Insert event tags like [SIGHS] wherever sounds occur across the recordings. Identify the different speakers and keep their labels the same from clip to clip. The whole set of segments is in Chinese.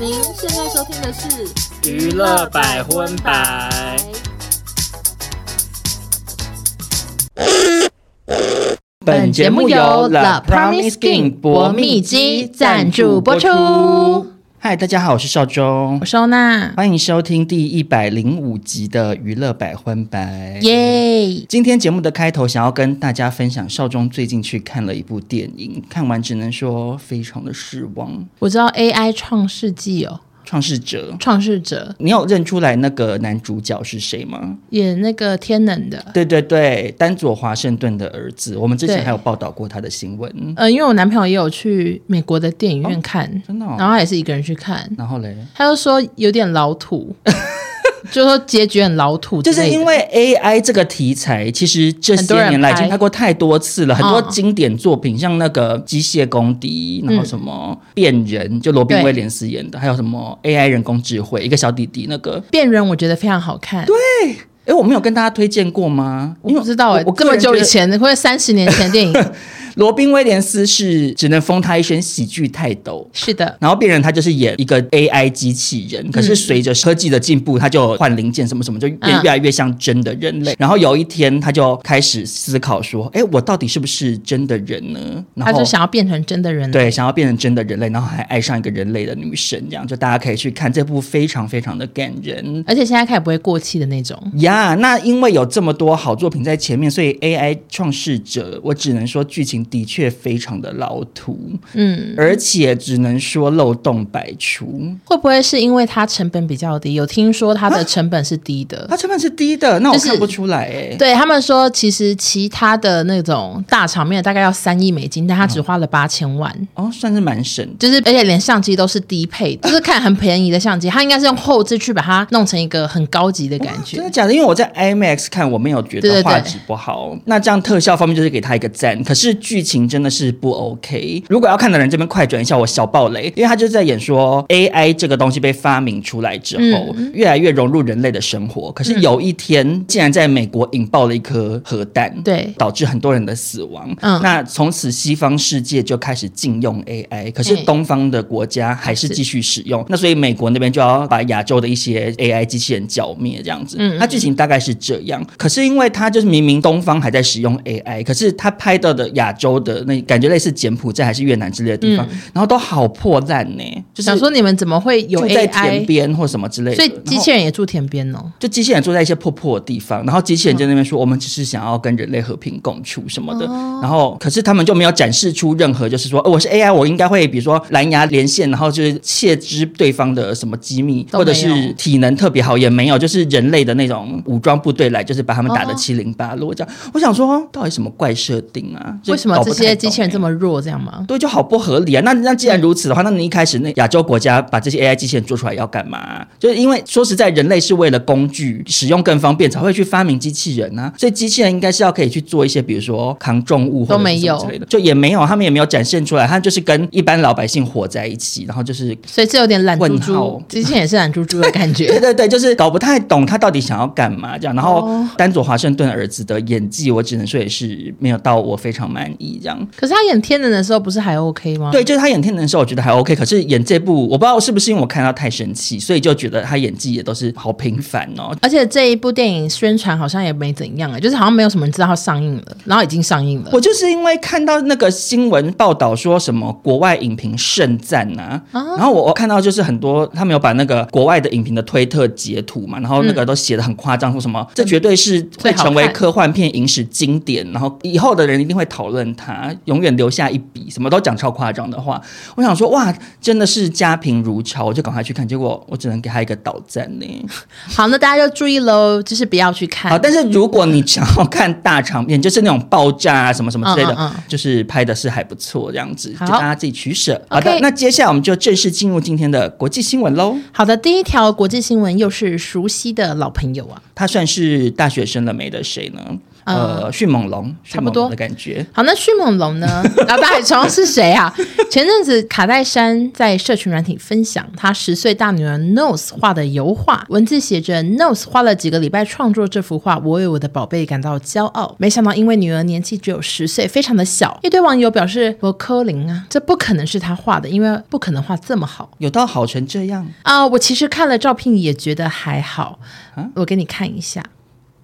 Speaker 1: 您现在收听的是《
Speaker 2: 娱乐百分百》。
Speaker 3: 本节目由 The Promise Skin 薄蜜肌赞助播出。
Speaker 2: 嗨，大家好，我是邵忠
Speaker 3: 我，收纳，
Speaker 2: 欢迎收听第一百零五集的娱乐百分百。
Speaker 3: 耶！
Speaker 2: 今天节目的开头，想要跟大家分享邵忠最近去看了一部电影，看完只能说非常的失望，《
Speaker 3: 我知道 AI 创世纪哦，
Speaker 2: 创世者》。
Speaker 3: 创世者
Speaker 2: 你有认出来那个男主角是谁吗？
Speaker 3: 演那个天能的，
Speaker 2: 对对对，丹佐华盛顿的儿子。我们之前
Speaker 3: 对
Speaker 2: 还有报道过他的新闻。
Speaker 3: 呃，因为我男朋友也有去美国的电影院看，
Speaker 2: 真的哦
Speaker 3: 然后他也是一个人去看，
Speaker 2: 然后嘞，
Speaker 3: 他就说有点老土， [LAUGHS] 就说结局很老土之
Speaker 2: 就
Speaker 3: 类的，
Speaker 2: 是因为 AI 这个题材，其实这些年来已经拍过太多次了，很
Speaker 3: 很多
Speaker 2: 多
Speaker 3: 人拍
Speaker 2: 经典作品，像那个《机械公敌》，然后什
Speaker 3: 嗯
Speaker 2: 么《变人》，就罗宾
Speaker 3: 对
Speaker 2: 威廉斯演的，还有什么 AI 人工智慧，一个小弟弟那个。
Speaker 3: 变人，我觉得非常好看。对，
Speaker 2: 哎，我没有跟大家推荐过吗？
Speaker 3: 我不知道哎、
Speaker 2: 我
Speaker 3: 这么久以，前的，或者三十年前的电
Speaker 2: [LAUGHS]
Speaker 3: 影，
Speaker 2: 罗宾威廉斯是只能封他一声喜剧泰斗。
Speaker 3: 是的，
Speaker 2: 然后变人他就是演一个 AI 机器人，可是随着科技的进步，他就换零件什么什么，就变
Speaker 3: 嗯
Speaker 2: 越来越像真的人类。然后有一天他就开始思考说：“哎，我到底是不是真的人呢？”然
Speaker 3: 他
Speaker 2: 后
Speaker 3: 就想要变成真的人了，
Speaker 2: 对想要变成真的人类，然后还爱上一个人类的女神，这样就大家可以去看这部非常非常的感人。
Speaker 3: 而且现在看也不会过气的那种。
Speaker 2: 呀那因为有这么多好作品在前面，所以 AI 创世者，我只能说剧情的确非常的老土，
Speaker 3: 嗯，
Speaker 2: 而且只能说漏洞百出。
Speaker 3: 会不会是因为它成本比较低？有听说它的成本是低的
Speaker 2: 它。成本是低的，那我
Speaker 3: 就是
Speaker 2: 看不出来哎、
Speaker 3: 对他们说，其实其他的那种大场面大概要三亿美金，但他只花了八千万，
Speaker 2: 哦，算是蛮省的。
Speaker 3: 就是而且连相机都是低配，就是看很便宜的相机，他应该是用后置去把它弄成一个很高级的感
Speaker 2: 真
Speaker 3: 觉。
Speaker 2: 的假的？因为我在 IMAX 看，我没有觉
Speaker 3: 对
Speaker 2: 得
Speaker 3: 对对
Speaker 2: 画质不好。那这样特效方面就是给他一个赞，可是剧情真的是不 OK。如果要看的人这边快转一下，我小爆雷，因为他就是在演说 AI 这个东西被发明出来之后，
Speaker 3: 嗯
Speaker 2: 越来越融入人类的生活。可是有一天，竟然在美国引爆了一颗核弹，
Speaker 3: 对
Speaker 2: 导致很多人的死亡。
Speaker 3: 嗯
Speaker 2: 那从此西方世界就开始禁用 AI，可是
Speaker 3: 嘿
Speaker 2: 东方的国家还是
Speaker 3: 是
Speaker 2: 继续使用。那所以美国那边就要把亚洲的一些 AI 机器人剿灭，这样子。
Speaker 3: 嗯
Speaker 2: 它剧情大概是这样。可是因为它就是明明东方还在使用 AI，可是它拍到的亚洲的那感觉类似柬埔寨还是越南之类的地方，然后都好破烂呢、就是
Speaker 3: 嗯想说你们怎么会有
Speaker 2: 住在田
Speaker 3: AI？
Speaker 2: 边或什么之类的，
Speaker 3: 所以
Speaker 2: 然后
Speaker 3: 机器人也住田边哦。
Speaker 2: 就机器人坐在一些破破的地方，然后机器人在那边说：“我们只是想要跟人类和平共处什么的。
Speaker 3: 哦
Speaker 2: 然后，可是他们就没有展示出任何，就是说、哦我是 AI，我应该会比如说蓝牙连线，然后就是窃知对方的什么机密，
Speaker 3: 都没有
Speaker 2: 或者是体能特别好也没有，就是人类的那种武装部队来，就是把他们打
Speaker 3: 哦
Speaker 2: 得七零八落这样。我想说，到底什么怪设定啊？就
Speaker 3: 为什么
Speaker 2: 搞不
Speaker 3: 这
Speaker 2: 太
Speaker 3: 些
Speaker 2: 懂
Speaker 3: 机器人
Speaker 2: 欸
Speaker 3: 这么弱？这样吗？
Speaker 2: 对，就好不合理啊！那那既然如此的话，那你一开始那亚洲国家把这些 AI 机器人做出来要干嘛？就是因为说实在，人类是为了工具使用更方便才会去发明机器人啊，所以机器人应该是要可以去做一些，比如说扛重物或
Speaker 3: 都
Speaker 2: 者
Speaker 3: 没
Speaker 2: 是什么
Speaker 3: 有
Speaker 2: 之类的，就也没有，他们也没有展现出来，他就是跟一般老百姓活在一起，然后就是。
Speaker 3: 所以这有点懒猪
Speaker 2: 问
Speaker 3: 猪
Speaker 2: 号，
Speaker 3: 机器人也是懒猪猪的感
Speaker 2: 对 [LAUGHS]
Speaker 3: 觉。
Speaker 2: 对对，就是搞不太懂他到底想要干嘛这样。然后
Speaker 3: 哦
Speaker 2: 丹佐华盛顿儿子的演技，我只能说也是没有到我非常满意这样。
Speaker 3: 可是他演天人的时候不是还 OK 吗？
Speaker 2: 对，就是他演天能的时候，我觉得还 OK，可是演这部，我不知道是不是因为我看到太生气，所以就觉得他演技也都是好平凡哦。
Speaker 3: 而且这一部电影宣传好像也没怎样哎、就是好像没有什么人知道它上映了，然后已经上映了。
Speaker 2: 我就是因为看到那个新闻报道说什么国外影评盛赞呐、
Speaker 3: 啊
Speaker 2: 然后我我看到就是很多他们有把那个国外的影评的推特截图嘛，然后那个都写的很夸张，说什么、这绝对是会
Speaker 3: 最好
Speaker 2: 成为
Speaker 3: 看
Speaker 2: 科幻片影史经典，然后以后的人一定会讨论它，永远留下一笔，什么都讲超夸张的话。我想说哇，真的是家贫如潮，我就赶快去看，结果我只能给他一个倒赞呢。
Speaker 3: 好，那大家就注意喽，就是不要去看。
Speaker 2: 好，但是如果你想要看大场面，就是那种爆炸啊什么什么之类的，
Speaker 3: 嗯嗯嗯
Speaker 2: 就是拍的是还不错，这样子，就
Speaker 3: 好
Speaker 2: 大家自己取舍。好的
Speaker 3: OK
Speaker 2: 那接下来我们就正式进入今天的国际新闻喽。
Speaker 3: 好的，第一条国际新闻又是熟悉的老朋友啊。
Speaker 2: 他算是大学生了没的谁呢？呃，迅猛龙，
Speaker 3: 嗯差不多
Speaker 2: 迅猛龙的感觉。
Speaker 3: 好，那迅猛龙
Speaker 2: [LAUGHS]
Speaker 3: 呢？老大海虫是谁啊？前阵子卡戴珊在社群软体分享她十岁大女儿 Nose 画的油画，文字写着 Nose 花了几个礼拜创作这幅画，我为我的宝贝感到骄傲。没想到因为女儿年纪只有十岁，非常的小，一堆网友表示我柯林啊，这不可能是她画的，因为不可能画这么好。
Speaker 2: 有到好成这样，
Speaker 3: 啊、我其实看了照片也觉得还好，我给你看一下，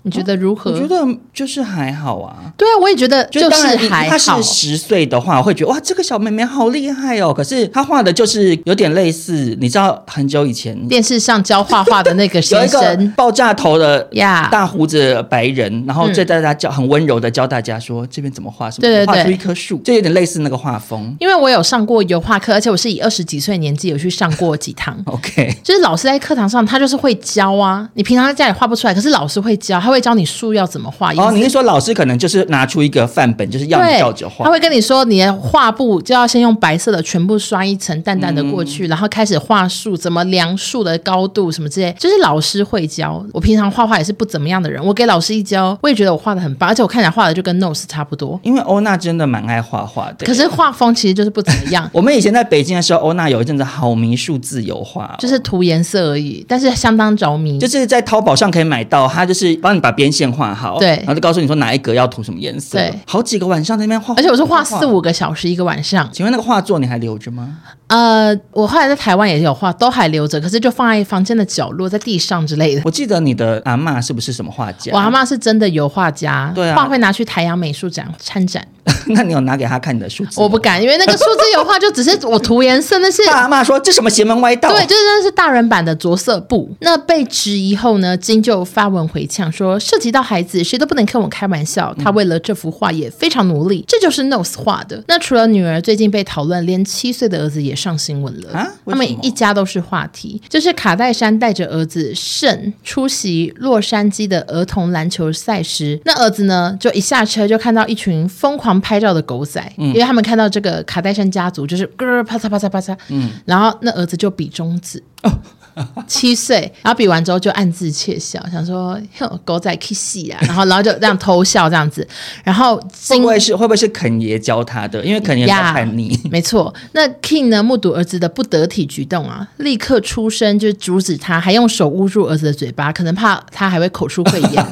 Speaker 3: 你觉得如何？
Speaker 2: 啊哦我觉得就是还好啊。
Speaker 3: 对啊，我也觉得就
Speaker 2: 当然
Speaker 3: 是
Speaker 2: 你，
Speaker 3: 还
Speaker 2: 她
Speaker 3: 好
Speaker 2: 是。十岁的话，我会觉得哇，这个小妹妹好厉害哦。可是她画的就是有点类似，你知道很久以前
Speaker 3: 电视上教画画的那个
Speaker 2: 有
Speaker 3: 先
Speaker 2: 一个
Speaker 3: 生
Speaker 2: 爆炸头的
Speaker 3: 呀
Speaker 2: 大胡子白人，然后
Speaker 3: 啊嗯
Speaker 2: 再大家教很温柔的教大家说这边怎么画，什么
Speaker 3: 对对
Speaker 2: 画出
Speaker 3: 对
Speaker 2: 一棵树，就有点类似那个画风。。
Speaker 3: 因为我有上过油画课，而且我是以二十几岁的年纪有去上过几堂
Speaker 2: OK，
Speaker 3: [LAUGHS] 就是老师在课堂上，他就是会教啊，你平常在家里画不出来，可是老师会教，他会教你树要怎么画。
Speaker 2: 哦，
Speaker 3: 颜色
Speaker 2: 你是说老师可能就是拿出一个范本，就是要你
Speaker 3: 对，
Speaker 2: 照着
Speaker 3: 他
Speaker 2: 画？
Speaker 3: 会跟你说，你的画布就要先用白色的全部刷一层淡淡的过
Speaker 2: 嗯
Speaker 3: 去，然后开始画树，怎么量树的高度什么之类，就是老师会教。我平常画画也是不怎么样的人，我给老师一教，我也觉得我画的很棒，而且我看起来画的就跟 Nose 差不多，
Speaker 2: 因为欧娜真的蛮爱画画的。
Speaker 3: 可是画风其实就是不怎么
Speaker 2: [LAUGHS]。
Speaker 3: 样
Speaker 2: 我们以前在北京的时候，欧娜有一阵子好迷数字油画、哦，
Speaker 3: 就是涂颜色而已，但是相当着迷。
Speaker 2: 就是在淘宝上可以买到，它就是帮你把边线画好，
Speaker 3: 对
Speaker 2: 然后就告诉你说哪一格要涂什么颜色，
Speaker 3: 对，
Speaker 2: 好几个晚上在那边画，
Speaker 3: 而且我是画四。五个小时一个晚上，
Speaker 2: 请问那个画作你还留着吗？
Speaker 3: 呃，我后来在台湾也有画，都还留着，可是就放在房间的角落，在地上之类的。
Speaker 2: 我记得你的阿嬷是不是什么画家？
Speaker 3: 我阿，妈是真的油画家，
Speaker 2: 对啊
Speaker 3: 画会拿去台阳美术展参展。
Speaker 2: [LAUGHS] 那你有拿给她看你的数字？
Speaker 3: 我不。敢，因为那个数字油画就只是我涂颜色，那是。
Speaker 2: 啊大阿嬷说这什么邪门歪道？
Speaker 3: 对，就是那是大人版的着色布。那被质疑后呢，金就发文回呛说，涉及到孩子，谁都不能跟我开玩笑。他为了这幅画也非常努力，这就是 Nose 画的。那除了女儿最近被讨论，连七岁的儿子也上新闻了。
Speaker 2: 啊为
Speaker 3: 他们
Speaker 2: 什么
Speaker 3: 一家都是话题。就是卡戴珊带着儿子圣出席洛杉矶的儿童篮球赛时，那儿子呢就一下车就看到一群疯狂拍照的狗仔，
Speaker 2: 嗯
Speaker 3: 因为他们看到这个卡戴珊家族就是咯啪嚓啪嚓啪嚓，嗯，然后那儿子就比中指。
Speaker 2: 哦
Speaker 3: 七岁，然后比完之后就暗自窃笑，想说哼狗仔 kiss 啊，然后然后就这样偷笑这样子，然后
Speaker 2: 会
Speaker 3: 经
Speaker 2: 不会是会不会是肯爷教他的？因为肯爷比较
Speaker 3: 呀
Speaker 2: 叛逆。
Speaker 3: 没错，那 King 呢目睹儿子的不得体举动啊，立刻出声就阻止他，还用手捂住儿子的嘴巴，可能怕他还会口出秽
Speaker 2: [LAUGHS]
Speaker 3: 言。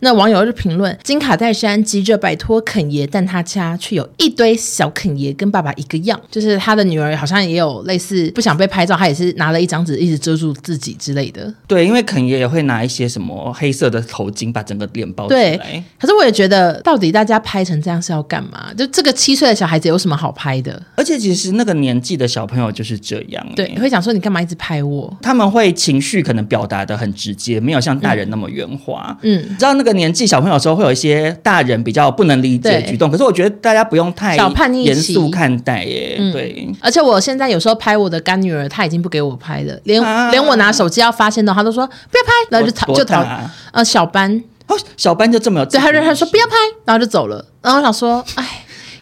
Speaker 3: 那网友就评论：金卡戴珊急着摆脱肯爷，但他家却有一堆小肯爷，跟爸爸一个样。就是他的女儿好像也有类似不想被拍照，她也是拿了一张纸一直遮住自己之类的。
Speaker 2: [LAUGHS] 对，因为肯爷也会拿一些什么黑色的头巾把整个脸包起
Speaker 3: 对
Speaker 2: 来。
Speaker 3: 可是我也觉得，到底大家拍成这样是要干嘛？就这个七岁的小孩子有什么好拍的？
Speaker 2: 而且其实那个年纪的小朋友就是这样。欸
Speaker 3: 对，你会想说你干嘛一直拍我？
Speaker 2: 他们会情绪可能表达的很直接，没有像大人那么圆滑。
Speaker 3: 嗯
Speaker 2: 你知道那个年纪小朋友的时候会有一些大人比较不能理解的
Speaker 3: 对
Speaker 2: 举动，可是我觉得大家不用太
Speaker 3: 小叛逆期嗯
Speaker 2: 严肃看待耶。对，
Speaker 3: 而且我现在有时候拍我的干女儿，她已经不给我拍了，连、
Speaker 2: 啊
Speaker 3: 连我拿手机要发现到，她都说不要拍，然后就逃
Speaker 2: 多
Speaker 3: 就
Speaker 2: 大
Speaker 3: 逃
Speaker 2: 啊。
Speaker 3: 呃，小班，
Speaker 2: 哦，小班就这么有自
Speaker 3: 对，
Speaker 2: 主
Speaker 3: 她
Speaker 2: 意识，
Speaker 3: 就她说不要拍，然后就走了。然后我想说，哎，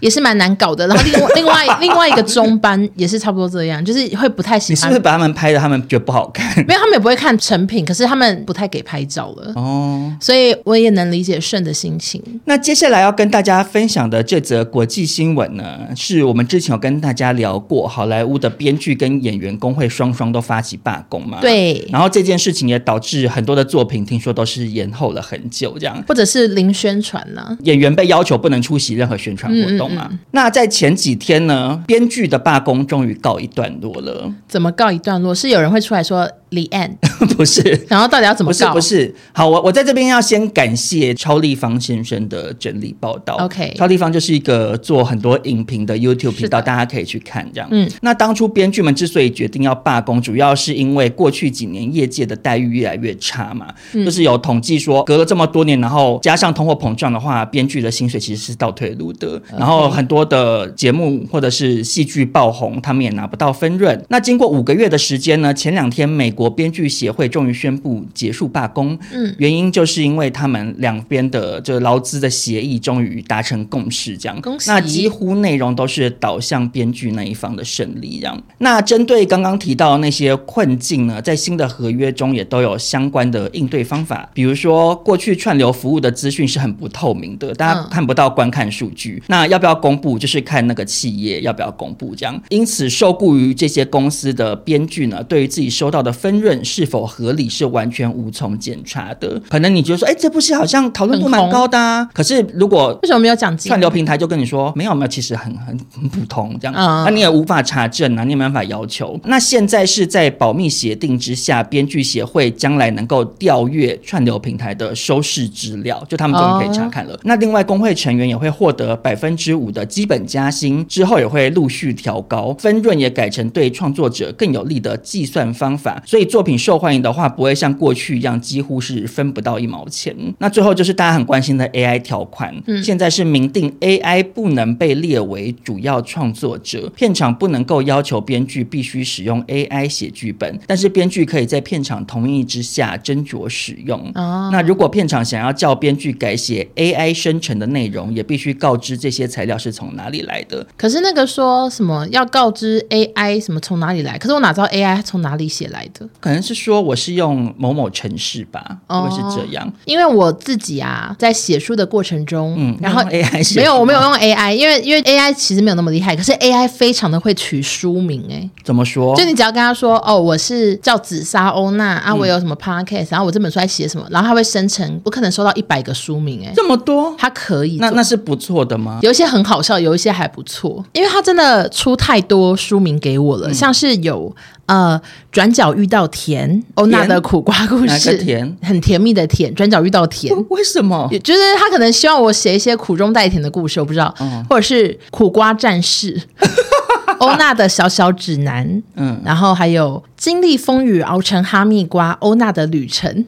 Speaker 3: 也是蛮难搞的。然后另外另外另外一个中班也是差不多这样，就是会不太喜
Speaker 2: 你是
Speaker 3: 欢
Speaker 2: 不是，把他们拍的他们觉得不好看？
Speaker 3: 没有他们也不会看成品，可是他们不太给拍照了，
Speaker 2: 哦，
Speaker 3: 所以我也能理解顺的心情。
Speaker 2: 那接下来要跟大家分享的这则国际新闻呢，是我们之前有跟大家聊过，好莱坞的编剧跟演员工会双双都发起罢工嘛。
Speaker 3: 对
Speaker 2: 然后这件事情也导致很多的作品听说都是延后了很久，这样。
Speaker 3: 或者是零宣传呢、
Speaker 2: 演员被要求不能出席任何宣传活动
Speaker 3: 嗯
Speaker 2: 嘛。那在前几天呢，编剧的罢工终于告一段落了， [LAUGHS]
Speaker 3: 怎么告一段落？是有人会出来说离岸，
Speaker 2: 不是？
Speaker 3: 然后到底要怎么
Speaker 2: 不是
Speaker 3: 告？
Speaker 2: 不是，好，我我在这边要先感谢超立方先生的整理报道。
Speaker 3: OK
Speaker 2: 超立方就是一个做很多影评的 YouTube
Speaker 3: 是
Speaker 2: 频道，
Speaker 3: 的
Speaker 2: 大家可以去看这样。
Speaker 3: 嗯，
Speaker 2: 那当初编剧们之所以决定要罢工，主要是因为过去几年业界的待遇越来越差嘛，
Speaker 3: 嗯
Speaker 2: 就是有统计说，隔了这么多年，然后加上通货膨胀的话，编剧的薪水其实是倒退路的。
Speaker 3: 啊
Speaker 2: 然后很多的节目或者是戏剧爆红，他们也拿不到分润。那经过五个月的时间呢，前两天美国。国编剧协会终于宣布结束罢工，
Speaker 3: 嗯，
Speaker 2: 原因就是因为他们两边的就是劳资的协议终于达成共识，这样，
Speaker 3: 恭喜
Speaker 2: 那几乎内容都是导向编剧那一方的胜利，这样。那针对刚刚提到的那些困境呢，在新的合约中也都有相关的应对方法，比如说过去串流服务的资讯是很不透明的，大家
Speaker 3: 嗯
Speaker 2: 看不到观看数据，那要不要公布，就是看那个企业要不要公布这样。因此，受雇于这些公司的编剧呢，对于自己收到的分润是否合理是完全无从检查的。可能你觉得说，哎、这部戏好像讨论度
Speaker 3: 很
Speaker 2: 蛮
Speaker 3: 红
Speaker 2: 高的啊，可是如果
Speaker 3: 为什么没有奖金？啊
Speaker 2: 串流平台就跟你说没有没有，其实很很很普通这样，那、
Speaker 3: 嗯
Speaker 2: 你也无法查证啊，你也没办法要求。那现在是在保密协定之下，编剧协会将来能够调阅串流平台的收视资料，就他们终于可以查看了。那另外工会成员也会获得百分之五的基本加薪，之后也会陆续调高，分润也改成对创作者更有利的计算方法，所以作品受欢迎的话，不会像过去一样几乎是分不到一毛钱。那最后就是大家很关心的 AI 条款，
Speaker 3: 嗯
Speaker 2: 现在是明定 AI 不能被列为主要创作者，片场不能够要求编剧必须使用 AI 写剧本，但是编剧可以在片场同意之下斟酌使用。
Speaker 3: 哦，
Speaker 2: 那如果片场想要叫编剧改写 AI 生成的内容，也必须告知这些材料是从哪里来的。
Speaker 3: 可是那个说什么要告知 AI 什么从哪里来？可是我哪知道 AI 从哪里写来的？
Speaker 2: 可能是说我是用某某城市吧，会
Speaker 3: 哦
Speaker 2: 不会是这样？
Speaker 3: 因为我自己啊，在写书的过程中，
Speaker 2: 嗯，
Speaker 3: 然后
Speaker 2: 那用 AI 写
Speaker 3: 没有我没有
Speaker 2: 吗
Speaker 3: 用 AI，因为因为 AI 其实没有那么厉害，可是 AI 非常的会取书名、欸，
Speaker 2: 怎么说
Speaker 3: 就？你只要跟他说哦，我是叫紫砂欧娜啊，我有什么 podcast，、然后我这本书在写什么，然后他会生成，我可能收到一百个书名、欸，哎，
Speaker 2: 这么多？
Speaker 3: 他可以做，
Speaker 2: 那那是不错的吗？
Speaker 3: 有一些很好笑，有一些还不错，嗯因为他真的出太多书名给我了，像是有呃转角遇到甜欧娜的苦瓜故
Speaker 2: 哪
Speaker 3: 事，
Speaker 2: 个甜
Speaker 3: [LAUGHS] 很甜蜜的甜，转角遇到甜。
Speaker 2: 为什么？
Speaker 3: 也就是他可能希望我写一些苦中带甜的故事，我不知道，或者是苦瓜战士、 [LAUGHS] 欧娜的小小指南，
Speaker 2: 嗯，
Speaker 3: 然后还有经历风雨熬成哈密瓜，欧娜的旅程，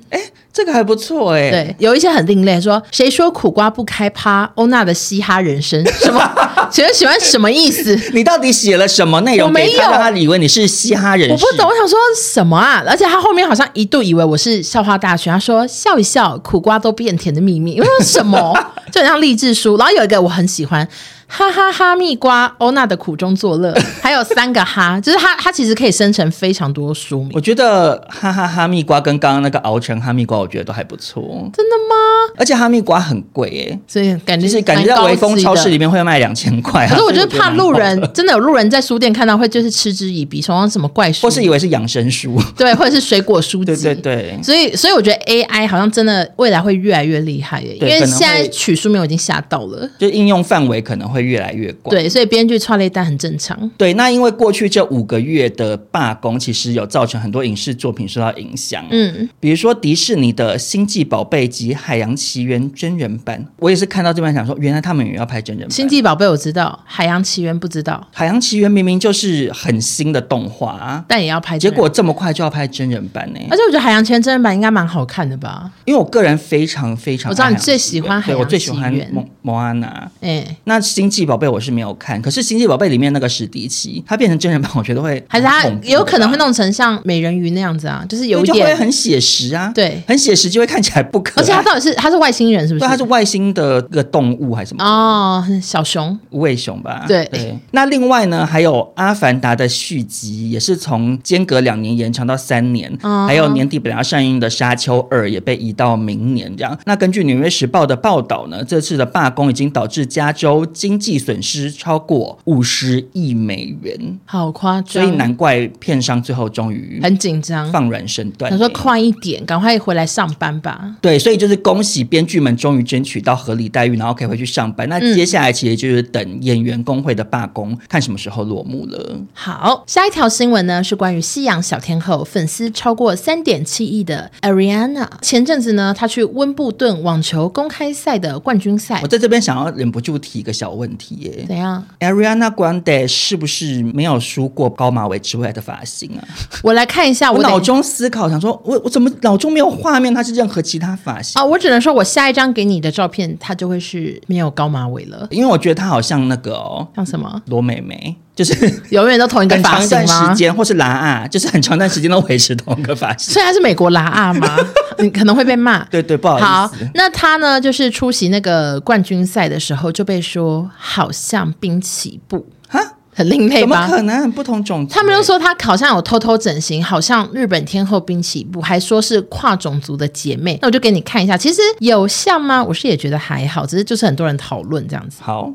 Speaker 2: 这个还不错哎、
Speaker 3: 对，有一些很另类，说谁说苦瓜不开趴？欧娜的嘻哈人生，什么？ [LAUGHS] 请问喜欢什么意思？
Speaker 2: 你到底写了什么内容
Speaker 3: 我
Speaker 2: 给
Speaker 3: 没有
Speaker 2: 他，让他以为你是嘻哈人士？
Speaker 3: 我不懂，我想说什么啊？而且他后面好像一度以为我是校花大学，他说笑一笑，苦瓜都变甜的秘密。我说什么？就很像励志书。然后有一个我很喜欢，哈哈哈蜜瓜欧娜的苦中作乐，还有三个哈，就是他他其实可以生成非常多书名
Speaker 2: 我。觉得哈哈哈密瓜跟刚刚那个熬成哈密瓜，我觉得都还不错。
Speaker 3: 真的吗？
Speaker 2: 而且哈密瓜很贵哎、
Speaker 3: 所以感觉
Speaker 2: 就是感觉
Speaker 3: 蛮
Speaker 2: 在
Speaker 3: 高
Speaker 2: 微风
Speaker 3: 级
Speaker 2: 超
Speaker 3: 的
Speaker 2: 市里面会卖两千块、啊。
Speaker 3: 可是我就
Speaker 2: 所
Speaker 3: 是
Speaker 2: 以
Speaker 3: 怕
Speaker 2: 蛮
Speaker 3: 路
Speaker 2: 好的
Speaker 3: 人，真的有路人在书店看到会就是嗤之以鼻，崇尚什么怪书，
Speaker 2: [LAUGHS] 或是以为是养生书。
Speaker 3: 对，或者是水果书籍。
Speaker 2: [LAUGHS] 对对对，
Speaker 3: 所以，所以我觉得 AI 好像真的未来会越来越厉害耶，因
Speaker 2: 对
Speaker 3: 为
Speaker 2: 可能会
Speaker 3: 现在取书名我已经吓到了。
Speaker 2: 就应用范围可能会越来越广。
Speaker 3: 对，所以编剧串了一单很正常。
Speaker 2: 对，那因为过去这五个月的罢工，其实有造成很多影视作品受到影响。
Speaker 3: 嗯，
Speaker 2: 比如说迪士尼的《星际宝贝》及《海洋奇缘》真人版，我也是看到这边想说，原来他们也要拍真人
Speaker 3: 《
Speaker 2: 版。
Speaker 3: 星际宝贝》我知道，《海洋奇缘》不知道，
Speaker 2: 海洋奇缘明明就是很新的动画、啊，
Speaker 3: 但也要拍。
Speaker 2: 结果，这么快就要拍真人版呢、
Speaker 3: 而且我觉得《海洋奇缘》真人版应该蛮好看的吧？
Speaker 2: 因为我个人非常非常
Speaker 3: 我
Speaker 2: 爱
Speaker 3: 知道
Speaker 2: 海
Speaker 3: 你
Speaker 2: 洋奇
Speaker 3: 最
Speaker 2: 缘，
Speaker 3: 喜欢海
Speaker 2: 对我
Speaker 3: 洋
Speaker 2: 最喜
Speaker 3: 奇
Speaker 2: 欢
Speaker 3: 缘
Speaker 2: 蒙蒙安娜。
Speaker 3: 哎、
Speaker 2: 那《星际宝贝》我是没有看，可是《星际宝贝》里面那个史迪奇，他变成真人版，我觉得会
Speaker 3: 还是它
Speaker 2: 很恐怖
Speaker 3: 有可能
Speaker 2: 吧
Speaker 3: 会弄成像美人鱼那样子啊，就是有一
Speaker 2: 对就会
Speaker 3: 点，
Speaker 2: 很写实啊，
Speaker 3: 对
Speaker 2: 很写实就会看起来不可爱。
Speaker 3: 而且它到底是它是外星人是不
Speaker 2: 对，
Speaker 3: 是？
Speaker 2: 它是外星的一个动物还是什么？
Speaker 3: 哦，小熊，
Speaker 2: 无尾熊吧？
Speaker 3: 对
Speaker 2: 那另外呢，还有《阿凡达》的续集，也是从间隔两年延长到三年，
Speaker 3: 哦
Speaker 2: 还有年底本来要上映的《沙丘二》也被移到明年这样。那根据《纽约时报》的报道呢，这次的罢工已经导致加州经济损失超过五十亿美元，
Speaker 3: 好夸张，
Speaker 2: 所以难怪片商最后终于
Speaker 3: 很紧张。
Speaker 2: 放软身段。
Speaker 3: 想说快一点，赶快回来上班吧。
Speaker 2: 对，所以就是恭喜编剧们终于争取到合理待遇，然后可以回去上班。
Speaker 3: 嗯
Speaker 2: 那接下来其实就是等演员工会的罢工，看什么时候落幕了。
Speaker 3: 好，下一条新闻呢是关于西洋小天后，粉丝超过三点七亿的 Ariana。前阵子呢，她去温布顿网球公开赛的冠军赛
Speaker 2: 我，在这边想要忍不住提一个小问题耶
Speaker 3: 怎样？
Speaker 2: ，Ariana Grande 是不是没有梳过高马尾之外的发型啊？
Speaker 3: 我来看一下
Speaker 2: 我
Speaker 3: 我
Speaker 2: 脑
Speaker 3: 的。
Speaker 2: 中思考想说，我我怎么脑中没有画面，它是任何其他发型？
Speaker 3: 啊、我只能说，我下一张给你的照片，她就会是没有高马尾了，
Speaker 2: 因为我觉得她好像那个哦，
Speaker 3: 像什么？
Speaker 2: 罗美美，就是
Speaker 3: [LAUGHS] 永远都同一个
Speaker 2: 很
Speaker 3: 发
Speaker 2: 长一
Speaker 3: 型
Speaker 2: 段
Speaker 3: 吗
Speaker 2: 时？间，或是拉啊，就是很长一段时间都维持同一个发
Speaker 3: [LAUGHS]
Speaker 2: 型。
Speaker 3: 虽然是美国拉二
Speaker 2: [LAUGHS]
Speaker 3: 吗？你可能会被骂。
Speaker 2: 对对，不好意
Speaker 3: 好
Speaker 2: 思，，
Speaker 3: 那他呢，就是出席那个冠军赛的时候就被说好像滨崎步，
Speaker 2: 哈，
Speaker 3: 很另类
Speaker 2: 怎么
Speaker 3: 哎吧？
Speaker 2: 可能？不同种族
Speaker 3: 他们
Speaker 2: 欸
Speaker 3: 就说他好像有偷偷整形，好像日本天后滨崎步，还说是跨种族的姐妹。那我就给你看一下，其实有像吗？我是也觉得还好，只是就是很多人讨论这样子，
Speaker 2: 好，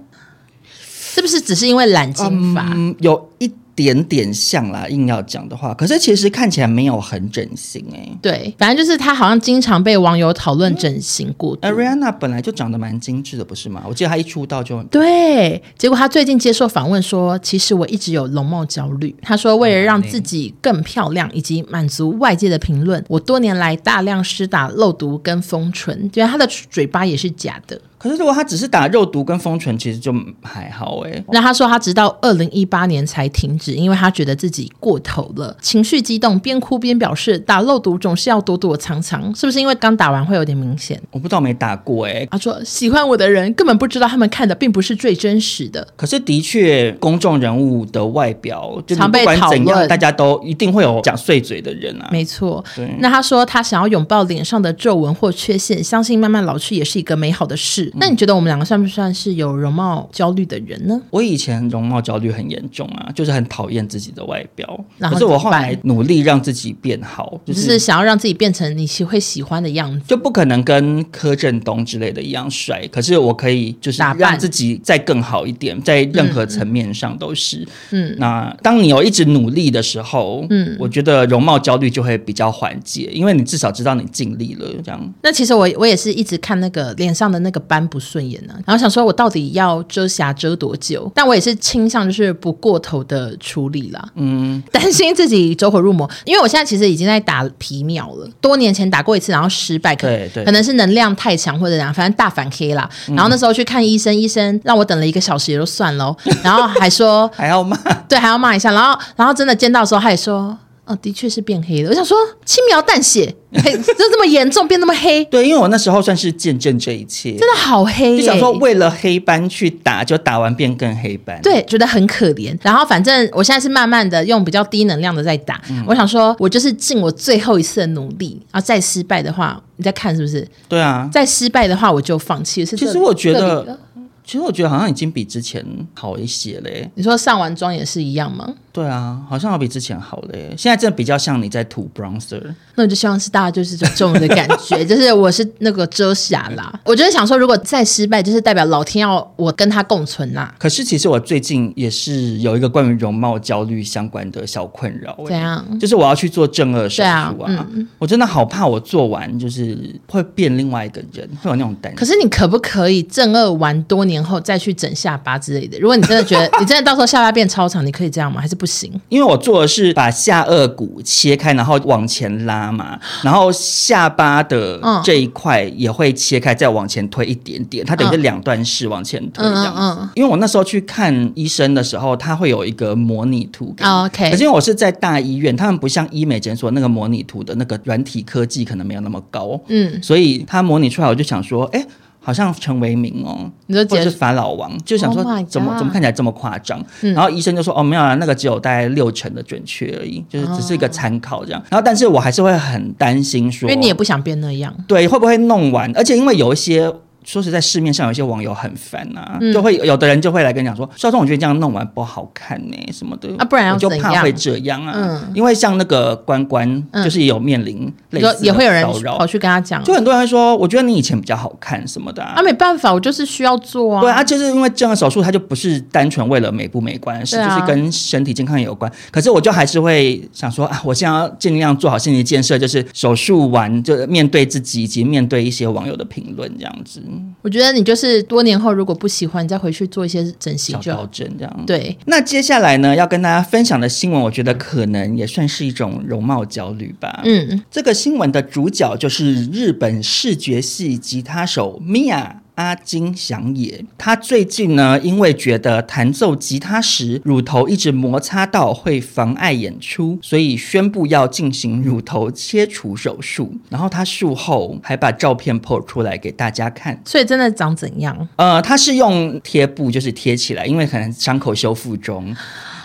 Speaker 3: 是不是只是因为染金发？
Speaker 2: 嗯，有一点点像啦，硬要讲的话，可是其实看起来没有很整形哎、
Speaker 3: 对，反正就是他好像经常被网友讨
Speaker 2: 嗯
Speaker 3: 论整形过度。
Speaker 2: Ariana 本来就长得蛮精致的，不是吗？我记得她一出道就很
Speaker 3: 对，结果他最近接受访问说，其实我一直有容貌焦虑。他说，为了让自己更漂亮以及满足外界的评论，我多年来大量施打肉毒跟丰唇，觉得他的嘴巴也是假的。
Speaker 2: 可是如果她只是打肉毒跟丰唇，其实就还好哎、
Speaker 3: 那他说他直到二零一八年才停止，因为他觉得自己过头了，情绪激动，边哭边表示打肉毒总是要躲躲藏藏，是不是因为刚打完会有点明显？
Speaker 2: 我不知道没打过哎、
Speaker 3: 他说喜欢我的人根本不知道他们看的并不是最真实的，
Speaker 2: 可是的确，公众人物的外表，就你
Speaker 3: 常
Speaker 2: 不
Speaker 3: 被
Speaker 2: 管
Speaker 3: 讨
Speaker 2: 怎样，
Speaker 3: 论
Speaker 2: 大家都一定会有讲碎嘴的人啊。
Speaker 3: 没错
Speaker 2: 对。
Speaker 3: 那他说他想要拥抱脸上的皱纹或缺陷，相信慢慢老去也是一个美好的事。
Speaker 2: 嗯
Speaker 3: 那你觉得我们两个算不算是有容貌焦虑的人呢？
Speaker 2: 我以前容貌焦虑很严重啊，就是很讨厌自己的外表。
Speaker 3: 然后
Speaker 2: 可是我
Speaker 3: 怎么
Speaker 2: 后
Speaker 3: 办
Speaker 2: 来努力让自己变好，就
Speaker 3: 就是是想要让自己变成你喜会喜欢的样子。
Speaker 2: 就不可能跟柯震东之类的一样帅，可是我可以就是
Speaker 3: 打扮
Speaker 2: 让自己再更好一点，在任何层面上都是。
Speaker 3: 嗯，
Speaker 2: 那当你有一直努力的时候，嗯，我觉得容貌焦虑就会比较缓解，因为你至少知道你尽力了，这样。
Speaker 3: 那其实我我也是一直看那个脸上的那个斑不顺眼呢、然后想说我到底要遮瑕遮多久？但我也是倾向就是不过头的处理啦，嗯，担心自己走火入魔，因为我现在其实已经在打皮秒了，多年前打过一次，然后失败，可
Speaker 2: 对嗯对
Speaker 3: 可能是能量太强或者怎样，反正大反 K 啦。然后那时候去看医生，医生让我等了一个 [LAUGHS] 小时也就算喽，然后还说
Speaker 2: 还要骂，
Speaker 3: 对，还要骂一下。然后，然后真的见到的时候，他也说，哦，的确是变黑了。我想说，轻描淡写， [LAUGHS] 嘿就这么严重，变那么黑，
Speaker 2: [LAUGHS] 对，因为我那时候算是见证这一切，
Speaker 3: 真的好黑、耶
Speaker 2: 就想说为了黑斑去打，就打完变更黑斑。，
Speaker 3: 对，觉得很可怜。然后反正我现在是慢慢的用比较低能量的在打，
Speaker 2: 嗯
Speaker 3: 我想说，我就是尽我最后一次的努力，然后再失败的话，你再看是不是？
Speaker 2: 对啊。
Speaker 3: 再失败的话，我就放弃了。是这
Speaker 2: 其实我觉得
Speaker 3: 这里了
Speaker 2: 其实我觉得好像已经比之前好一些嘞。
Speaker 3: 你说上完妆也是一样吗？
Speaker 2: 对啊，好像有比之前好嘞。现在真的比较像你在涂 bronzer。
Speaker 3: 那我就希望是大家就是有这种的感
Speaker 2: [LAUGHS]
Speaker 3: 觉，就是我是那个遮瑕啦。我就是想说，如果再失败，就是代表老天要我跟他共存啦。
Speaker 2: 可是其实我最近也是有一个关于容貌焦虑相关的小困扰、欸。
Speaker 3: 怎样？
Speaker 2: 就是我要去做正颚手术
Speaker 3: 对啊
Speaker 2: 啊，我真的好怕我做完就是会变另外一个人，会有那种担
Speaker 3: 可
Speaker 2: 心。
Speaker 3: 是你可不可以正二完多年后再去整下巴之类的？如果你真的觉
Speaker 2: [LAUGHS]
Speaker 3: 得你真的到时候下巴变超长，你可以这样吗？还是不行？
Speaker 2: 因为我做的是把下颚骨切开，然后往前拉嘛，然后下巴的
Speaker 3: 嗯
Speaker 2: 这一块也会切开，再往前推一点点，它等于是两段式往前推这样子。
Speaker 3: 嗯嗯嗯
Speaker 2: 因为我那时候去看医生的时候，他会有一个模拟图给你。
Speaker 3: 哦，OK
Speaker 2: 可是因为我是在大医院，他们不像医美诊所那个模拟图的那个软体科技可能没有那么高，
Speaker 3: 嗯，
Speaker 2: 所以他模拟出来，我就想说，哎、好像陈为民哦，
Speaker 3: 你就
Speaker 2: 或
Speaker 3: 觉
Speaker 2: 者是
Speaker 3: 得
Speaker 2: 法老王，就想说
Speaker 3: Oh my
Speaker 2: 怎么、
Speaker 3: God 嗯
Speaker 2: 怎么看起来这么夸张？然后医生就说哦没有啊，那个只有大概六成的准确而已，
Speaker 3: 哦
Speaker 2: 就是只是一个参考这样。然后但是我还是会很担心
Speaker 3: 因
Speaker 2: 说，
Speaker 3: 为你也不想变那样。
Speaker 2: 对会不会弄完？而且因为有一些。说实在，市面上有一些网友很烦啊，
Speaker 3: 嗯
Speaker 2: 就会有的人就会来跟你讲说，肖总，我觉得这样弄完不好看呢、什么的
Speaker 3: 啊不然要
Speaker 2: 我就
Speaker 3: 怎
Speaker 2: 怕
Speaker 3: 样
Speaker 2: 会这样啊，
Speaker 3: 嗯
Speaker 2: 因为像那个关关，
Speaker 3: 嗯
Speaker 2: 就是也有面临
Speaker 3: 你
Speaker 2: 类
Speaker 3: 说
Speaker 2: 似
Speaker 3: 也
Speaker 2: 的
Speaker 3: 会有人
Speaker 2: 骚扰
Speaker 3: 跑去跟他讲
Speaker 2: 就很多人会说，我觉得你以前比较好看什么的啊
Speaker 3: 啊，没办法，我就是需要做啊。
Speaker 2: 对啊，就是因为这样的手术，它就不是单纯为了美不美观的事，
Speaker 3: 对啊
Speaker 2: 就是跟身体健康也有关。可是我就还是会想说啊，我现在要尽量做好心理建设，就是手术完就面对自己以及面对一些网友的评论这样子，
Speaker 3: 我觉得你就是多年后如果不喜欢，你再回去做一些整形
Speaker 2: 小
Speaker 3: 就
Speaker 2: 调
Speaker 3: 好。
Speaker 2: 整这样。
Speaker 3: 对，
Speaker 2: 那接下来呢，要跟大家分享的新闻，我觉得可能也算是一种容貌焦虑吧。
Speaker 3: 嗯，
Speaker 2: 这个新闻的主角就是日本视觉系吉他手 Mia。阿金祥也，他最近呢，因为觉得弹奏吉他时乳头一直摩擦到会妨碍演出，所以宣布要进行乳头切除手术。然后他术后还把照片 po 出来给大家看。
Speaker 3: 所以真的长怎样？
Speaker 2: 呃，他是用贴布就是贴起来，因为可能伤口修复中。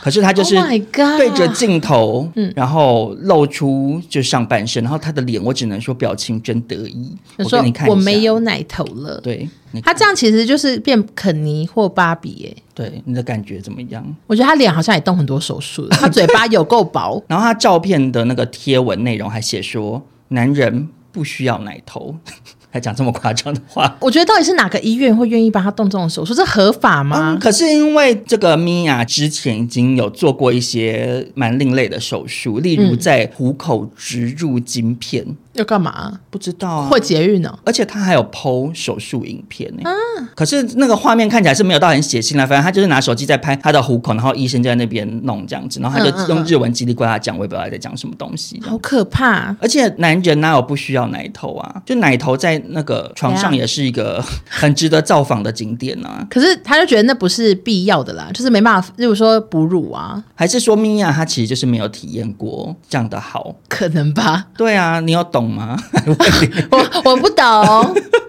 Speaker 2: 可是他就是
Speaker 3: Oh my god
Speaker 2: 对着镜头，然后露出就上半身，然后他的脸，我只能说表情真得意。
Speaker 3: 就
Speaker 2: 给
Speaker 3: 说
Speaker 2: 你看一
Speaker 3: 我
Speaker 2: 下
Speaker 3: 没，有奶头了。
Speaker 2: 对，你
Speaker 3: 他这样其实就是变肯尼或芭比耶、
Speaker 2: 对你的感觉怎么样？。
Speaker 3: 我觉得他脸好像也动很多手术 [LAUGHS] 了，他嘴巴有够薄
Speaker 2: 然后他照片的那个贴文内容还写说，男人不需要奶头， [LAUGHS] 还讲这么夸张的话。
Speaker 3: 我觉得到底是哪个医院会愿意帮他动这种手术？这合法吗
Speaker 2: 嗯，？可是因为这个米娅之前已经有做过一些蛮另类的手
Speaker 3: 嗯
Speaker 2: 术，例如在虎口植入晶片，
Speaker 3: 要干嘛？
Speaker 2: 不知道啊
Speaker 3: 或。节育呢？
Speaker 2: 而且她还有剖手术影片呢、
Speaker 3: 啊
Speaker 2: 可是那个画面看起来是没有到很血腥啦，反正她就是拿手机在拍她的虎口，然后医生就在那边弄这样子，然后她
Speaker 3: 嗯嗯哦
Speaker 2: 就用
Speaker 3: 嗯
Speaker 2: 日文叽里呱啦讲，我也不知道她在讲什么东西。
Speaker 3: 好可怕！
Speaker 2: 而且男人哪有不需要奶头啊？就奶头在那个床
Speaker 3: 怎
Speaker 2: 上
Speaker 3: 样
Speaker 2: 也是一个 [LAUGHS] 很值得造访的景点啊。
Speaker 3: 可是他就觉得那不是必要的啦，就是没办法，例如说哺乳啊，
Speaker 2: 还是说米娅她其实就是没有体验过这样的好？
Speaker 3: 可能 [LAUGHS] 吧。
Speaker 2: 对啊，你有懂吗？ [LAUGHS]
Speaker 3: 我我不懂，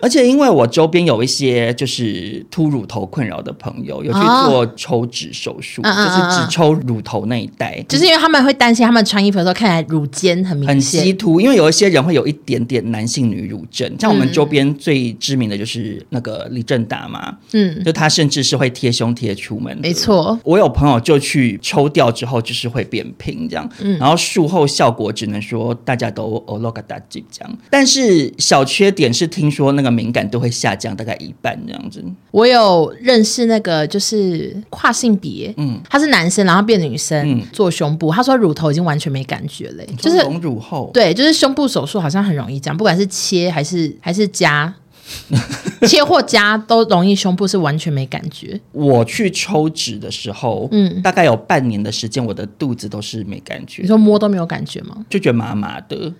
Speaker 2: 而且因为我周边有一些就是秃乳头困扰的朋友，有去
Speaker 3: 哦
Speaker 2: 做抽脂手术，
Speaker 3: 嗯嗯嗯
Speaker 2: 就是只抽乳头那一带，
Speaker 3: 就是因为他们会担心他们穿衣服的时候看起来乳尖很
Speaker 2: 很
Speaker 3: 明
Speaker 2: 稀
Speaker 3: 显。
Speaker 2: 突。因为有一些人会有一点点男性女乳症，像我们周边最知名的就是那个李正达嘛，
Speaker 3: 嗯，
Speaker 2: 就他甚至是会贴胸贴出门的，
Speaker 3: 没错。
Speaker 2: 我有朋友就去抽掉之后，就是会变平这样，
Speaker 3: 嗯
Speaker 2: 然后术后效果只能说大家都哦 l o g a d a 这样，但是小缺点是听说那个敏感度会下降大概一半这样子，
Speaker 3: 我有认识那个就是跨性别，嗯，他是男生，然后变女生、
Speaker 2: 嗯
Speaker 3: 做胸部，他说乳头已经完全没感觉嘞、就是
Speaker 2: 隆乳后，
Speaker 3: 对，就是胸部手术好像很容易这样，不管是切还是还是夹，切或夹都容易胸部是完全没感觉。
Speaker 2: 我去抽脂的时候，嗯，大概有半年的时间，我的肚子都是没感
Speaker 3: 你
Speaker 2: 觉，
Speaker 3: 说摸都没有感觉吗？
Speaker 2: 就觉得麻麻的，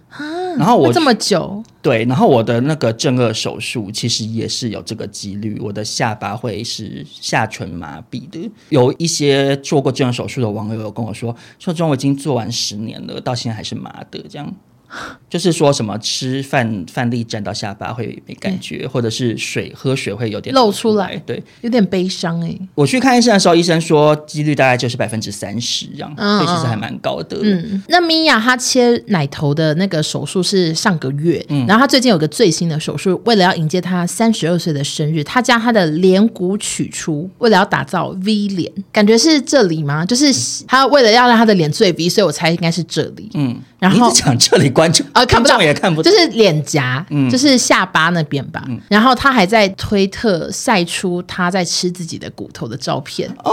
Speaker 2: 然后我
Speaker 3: 那这么久，
Speaker 2: 对，然后我的那个正颚手术其实也是有这个几率，我的下巴会是下唇麻痹的。有一些做过正颚手术的网友有跟我说，说中我已经做完十年了，到现在还是麻的，这样。 [LAUGHS] 就是说什么吃饭饭粒沾到下巴会没感觉，或者是水喝水会有点
Speaker 3: 露
Speaker 2: 出
Speaker 3: 出来
Speaker 2: 对
Speaker 3: 有点悲伤哎、
Speaker 2: 我去看医生的时候，医生说几率大概就是百分之三十这样，
Speaker 3: 嗯
Speaker 2: 所以其实
Speaker 3: 嗯
Speaker 2: 还蛮高的。
Speaker 3: 嗯，那米娅她切奶头的那个手术是上个月，
Speaker 2: 嗯
Speaker 3: 然后她最近有个最新的手术，为了要迎接她三十二岁的生日，她将她的脸骨取出，为了要打造 V 脸，感觉是这里吗？就是她为了要让她的脸最 V，所以我猜应该是这里。嗯，然
Speaker 2: 你一
Speaker 3: 后
Speaker 2: 直讲这里观众
Speaker 3: 啊看不到
Speaker 2: 观众也看不
Speaker 3: 就
Speaker 2: 到，嗯
Speaker 3: 是脸颊，就是下巴那边吧。然后她还在推特晒出她在吃自己的骨头的照片。哦，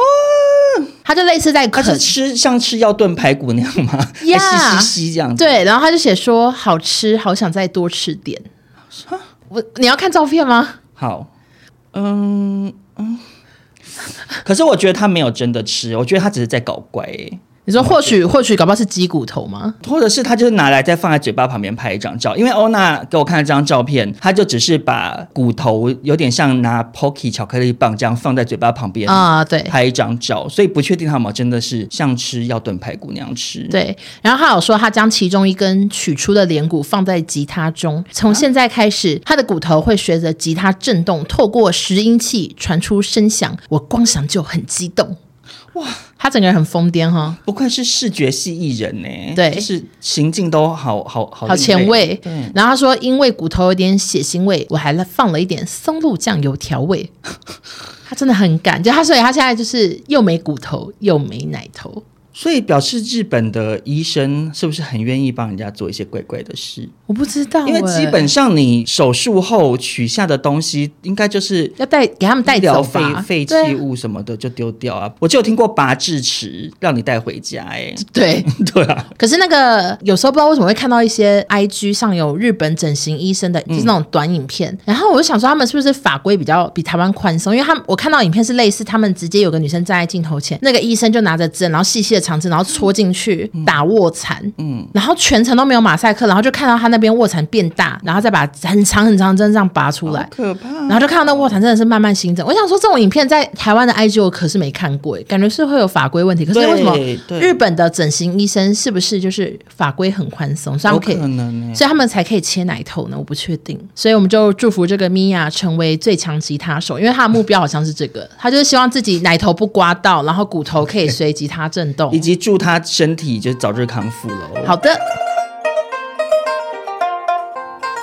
Speaker 3: 她就类似在
Speaker 2: 他
Speaker 3: 啃，
Speaker 2: 是吃像吃药炖排骨那样吗？
Speaker 3: 呀
Speaker 2: 还吸吸吸这样子。
Speaker 3: 对，然后他就写说好吃，好想再多吃点。我你要看照片吗？
Speaker 2: 好，嗯嗯。可是我觉得他没有真的吃，我觉得他只是在搞怪、欸，
Speaker 3: 你说或许或许搞不好是鸡骨头吗？
Speaker 2: 或者是他就是拿来再放在嘴巴旁边拍一张照。因为欧娜给我看了这张照片，他就只是把骨头有点像拿 Pocky 巧克力棒这样放在嘴巴旁边。
Speaker 3: 啊、对
Speaker 2: 拍一张照，所以不确定他有没有真的是像吃药炖排骨那样吃。，
Speaker 3: 对。然后他有说他将其中一根取出的脸骨放在吉他中，
Speaker 2: 啊
Speaker 3: 从现在开始，他的骨头会随着吉他震动，透过拾音器传出声响。我光想就很激动。哇， [LAUGHS] 他整个人很疯癫哈，
Speaker 2: 不愧是视觉系艺人呢、
Speaker 3: 对
Speaker 2: 就是行径都好好
Speaker 3: 好
Speaker 2: 好另
Speaker 3: 前
Speaker 2: 类哦
Speaker 3: 卫
Speaker 2: 对。
Speaker 3: 然后他说，因为骨头有点血腥味，我还放了一点松露酱油调
Speaker 2: [LAUGHS]
Speaker 3: 味。他真的很敢，就他，所以他现在就是又没骨头又没奶头。
Speaker 2: 所以表示日本的医生是不是很愿意帮人家做一些怪怪的事？
Speaker 3: 我不知道欸、
Speaker 2: 因为基本上你手术后取下的东西，应该就是
Speaker 3: 要带给他们带
Speaker 2: 医疗
Speaker 3: 走
Speaker 2: 废
Speaker 3: 吧，
Speaker 2: 废
Speaker 3: 对
Speaker 2: 弃物什么的就丢掉啊。我就有听过拔智齿让你带回家、欸，
Speaker 3: 对。
Speaker 2: [LAUGHS] 对啊，
Speaker 3: 可是那个有时候不知道为什么会看到一些 IG 上有日本整形医生的，就是那种短影片。然后我就想说，他们是不是法规比较比台湾宽松？因为他们我看到影片是类似，他们直接有个女生站在镜头前，那个医生就拿着针，然后细细的强制，然后戳进去打卧蚕，嗯，然后全程都没有马赛克，然后就看到他那边卧蚕变大，然后再把很长很长的针这样拔出来，
Speaker 2: 可怕。
Speaker 3: 然后就看到那卧蚕真的是慢慢新增。我想说，这种影片在台湾的 IG 我可是没看过，感觉是会有法规问题。可是
Speaker 2: 对
Speaker 3: 为什么
Speaker 2: 对
Speaker 3: 日本的整形医生是不是就是法规很宽松，所以他
Speaker 2: 有
Speaker 3: 们可以
Speaker 2: 可能欸
Speaker 3: 所以他们才可以切奶头呢？我不确定，所以我们就祝福这个米娅成为最强吉他手，因为她的目标好像是这个，她就是希望自己奶头不刮到，然后骨头可以随吉他震动
Speaker 2: [LAUGHS] 以。及祝他身体就早日康复喽。
Speaker 3: 好的，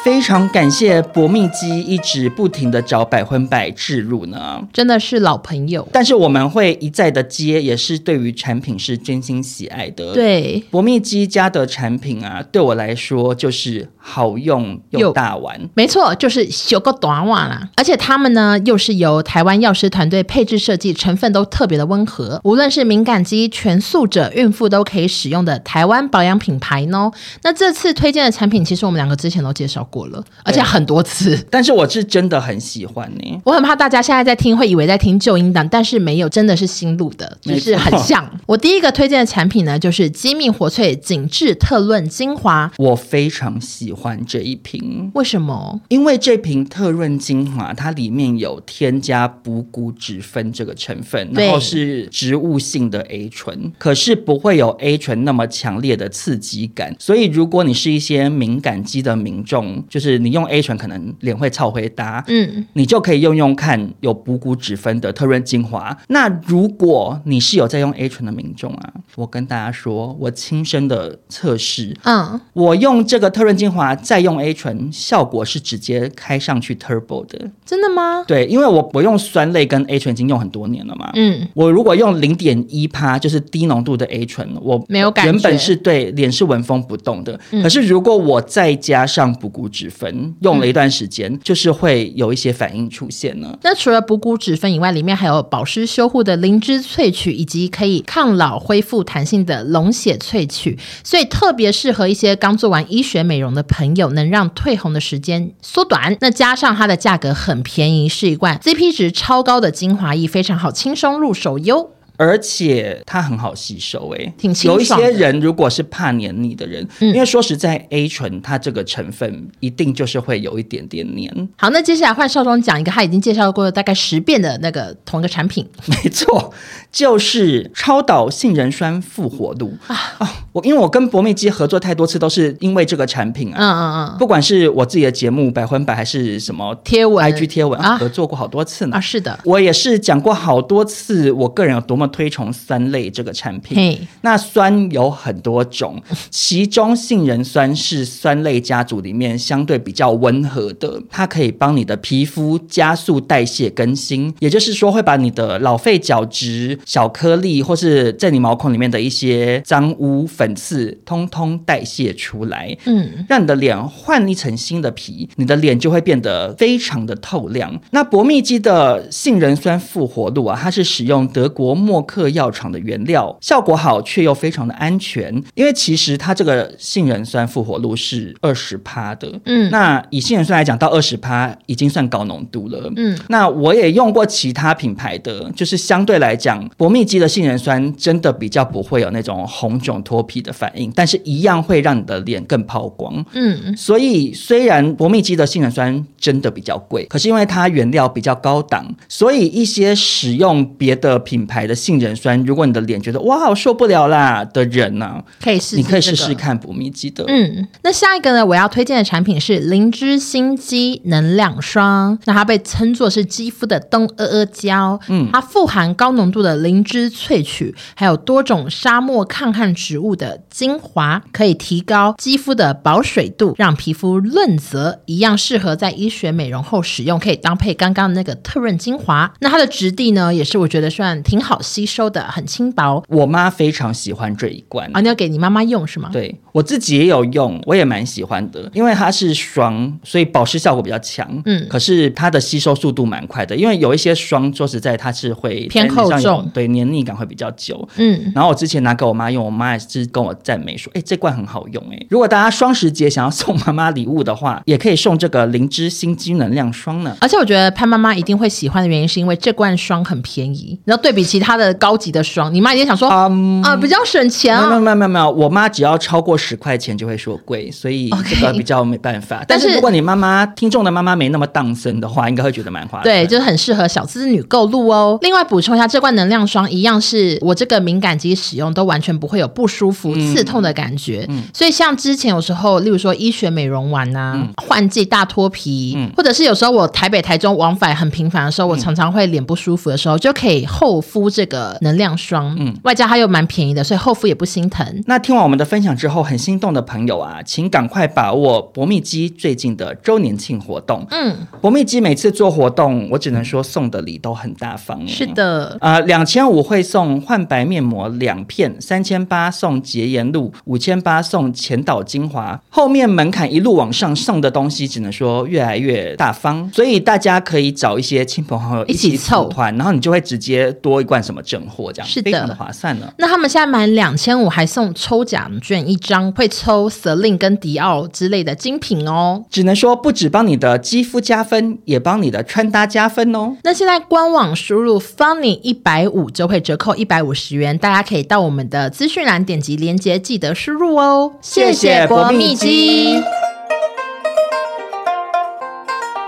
Speaker 2: 非常感谢博蜜机一直不停的找百分百置入呢。
Speaker 3: 真的是老朋友，
Speaker 2: 但是我们会一再的接，也是对于产品是真心喜爱的。，
Speaker 3: 对，
Speaker 2: 博蜜机家的产品啊，对我来说就是好用又
Speaker 3: 又
Speaker 2: 大碗。
Speaker 3: 没错，就是有个短袜啦。而且他们呢，又是由台湾药师团队配置设计，成分都特别的温和，无论是敏感肌、全素者、孕妇都可以使用的台湾保养品牌呢。那这次推荐的产品，其实我们两个之前都介绍过了，而且很多次。
Speaker 2: 但是我是真的很喜欢呢、
Speaker 3: 我很怕大家现在在听会以为在听旧音档，但是没有，真的是新录的，就
Speaker 2: 没错
Speaker 3: 是很像。我第一个推荐的产品呢，就是机密火萃紧致特润精华。
Speaker 2: 我非常喜欢这一瓶，
Speaker 3: 为什么？
Speaker 2: 因为这瓶特润精华它里面有添加补骨脂酚这个成分，
Speaker 3: 对
Speaker 2: 然后是植物性的 A 醇，可是不会有 A 醇那么强烈的刺激感。所以如果你是一些敏感肌的民众，就是你用 A 醇可能脸会超回搭，
Speaker 3: 嗯，
Speaker 2: 你就可以用用看有补骨脂分的特润精华。那如果你是有在用 A 醇的民众啊，我跟大家说，我亲身的测试，
Speaker 3: 嗯，
Speaker 2: 我用这个特润精华再用 A 醇，效果是直接开上去 turbo 的。
Speaker 3: 真的吗？
Speaker 2: 对，因为我我用酸类跟 A 醇已经用很多年了嘛。
Speaker 3: 嗯，
Speaker 2: 我如果用零点一趴，就是低浓度的 A 醇，我
Speaker 3: 没有感觉嗯
Speaker 2: 原本是对脸是纹风不动的，可是如果我再加上补骨脂酚，用了一段时
Speaker 3: 嗯
Speaker 2: 间，就是会有一些反应出现呢。
Speaker 3: 那除了补骨脂分以外，里面还有保湿修护的灵芝萃取，以及可以抗老恢复弹性的龙血萃取，所以特别适合一些刚做完医学美容的朋友，能让退红的时间缩短。那加上它的价格很便宜，是一罐 CP 值超高的精华液，非常好轻松入手哟。
Speaker 2: 而且它很好吸收、欸，
Speaker 3: 挺清
Speaker 2: 有一
Speaker 3: 爽
Speaker 2: 些
Speaker 3: 的嗯
Speaker 2: 人如果是怕黏腻的人，因为说实在，A 醇它这个成分一定就是会有一点点黏， [LAUGHS]
Speaker 3: 好，那接下来换少中讲一个他已经介绍过大概十遍的那个同一个产品，
Speaker 2: 没错，就是超导杏仁酸复活露啊、哦我因为我跟博蜜基合作太多次，都是因为这个产品啊，
Speaker 3: 嗯嗯
Speaker 2: 不管是我自己的节目《百分百》还是什么
Speaker 3: 贴文
Speaker 2: IG 贴文、
Speaker 3: 啊
Speaker 2: 合作过好多次
Speaker 3: 嗯，
Speaker 2: 呢。
Speaker 3: 啊是的，
Speaker 2: 我也是讲过好多次，我个人有多么推崇酸类这个产品。
Speaker 3: 嘿，
Speaker 2: 那酸有很多种，其中杏仁酸是酸类家族里面相对比较温和的，它可以帮你的皮肤加速代谢更新，也就是说会把你的老废角质、小颗粒或是在你毛孔里面的一些脏污、粉刺，通通代谢出来。
Speaker 3: 嗯，
Speaker 2: 让你的脸换一层新的皮，你的脸就会变得非常的透亮。那博蜜肌的杏仁酸复活露啊，它是使用德国默克药厂的原料，效果好却又非常的安全。因为其实它这个杏仁酸复活露是二十趴的，
Speaker 3: 嗯
Speaker 2: 那以杏仁酸来讲，到二十趴已经算高浓度了，
Speaker 3: 嗯。
Speaker 2: 那我也用过其他品牌的，就是相对来讲，博蜜肌的杏仁酸真的比较不会有那种红肿脱皮的反应，但是一样会让你的脸更抛光。
Speaker 3: 嗯，
Speaker 2: 所以，虽然博蜜肌的杏仁酸真的比较贵，可是因为它原料比较高档，所以一些使用别的品牌的杏仁酸，如果你的脸觉得哇我受不了啦的人呢、
Speaker 3: 可以试、
Speaker 2: 你可以试试。看博蜜肌的。
Speaker 3: 嗯，那下一个呢？我要推荐的产品是灵芝心肌能量霜，那它被称作是肌肤的东阿阿胶。嗯，它富含高浓度的灵芝萃取，还有多种沙漠抗旱植物的精华，可以提高肌肤的保水度，让皮肤润泽，一样适合在医学美容后使用，可以搭配刚刚的那个特润精华。那它的质地呢，也是我觉得算挺好吸收的，很轻薄。
Speaker 2: 我妈非常喜欢这一罐
Speaker 3: 啊，你要给你妈妈用是吗？
Speaker 2: 对我自己也有用，我也蛮喜欢的，因为它是霜，所以保湿效果比较强。
Speaker 3: 嗯
Speaker 2: 可是它的吸收速度蛮快的，因为有一些霜说实在它是会
Speaker 3: 偏
Speaker 2: 在脸上
Speaker 3: 厚
Speaker 2: 有
Speaker 3: 重
Speaker 2: 对黏腻感会比较久。
Speaker 3: 嗯，
Speaker 2: 然后我之前拿给我妈用，我妈也是跟我赞美说：“哎、这罐很好用哎、如果大家双十节想要送妈妈礼物的话，也可以送这个灵芝心肌能量霜呢。
Speaker 3: 而且我觉得潘妈妈一定会喜欢的原因，是因为这罐霜很便宜，然后对比其他的高级的霜，你妈一定想说啊、
Speaker 2: 嗯
Speaker 3: 比较省钱
Speaker 2: 没
Speaker 3: 啊
Speaker 2: 有。没有没有没有，我妈只要超过十块钱就会说贵，所以这个比较没办法。但
Speaker 3: 但
Speaker 2: 是
Speaker 3: 是
Speaker 2: 如果你妈妈听众的妈妈没那么当森的话，应该会觉得蛮划算。
Speaker 3: 对，就是很适合小资女购入哦。另外补充一下，这罐能量霜一样是我这个敏感肌使用都完全不会有不舒服、
Speaker 2: 嗯
Speaker 3: 刺痛的感觉。所以像之前有时候，例如说医学美容丸呐、
Speaker 2: 嗯
Speaker 3: 换季大脱皮，或者是有时候我台北、台中往返很频繁的时候，
Speaker 2: 嗯
Speaker 3: 我常常会脸不舒服的时候，就可以厚敷这个能量霜。
Speaker 2: 嗯
Speaker 3: 外加它又蛮便宜的，所以厚敷也不心疼。
Speaker 2: 那听完我们的分享之后，很心动的朋友啊，请赶快把握博蜜机最近的周年庆活动。
Speaker 3: 嗯，
Speaker 2: 博蜜机每次做活动，我只能说送的礼都很大方。
Speaker 3: 是。的。
Speaker 2: 呃，两千五会送焕白面膜两片，三千八送洁颜露，五千八送前导精华。后面门槛一路往上送的东西，只能说越来越大方。所以大家可以找一些亲朋好友
Speaker 3: 一起
Speaker 2: 起
Speaker 3: 凑
Speaker 2: 凑团，然后你就会直接多一罐什么正货，这样
Speaker 3: 是的
Speaker 2: 非常的划算呢。
Speaker 3: 那他们现在满两千五还送抽奖券一张，会抽 Celine 跟迪奥之类的精品哦。
Speaker 2: 只能说不只帮你的肌肤加分，也帮你的穿搭加分哦。
Speaker 3: 那现在官网输入 Funny 一百五就会折扣一百五十元，大家可以到我们的资讯栏点击链接，记得输入哦。
Speaker 2: 谢谢博蜜机。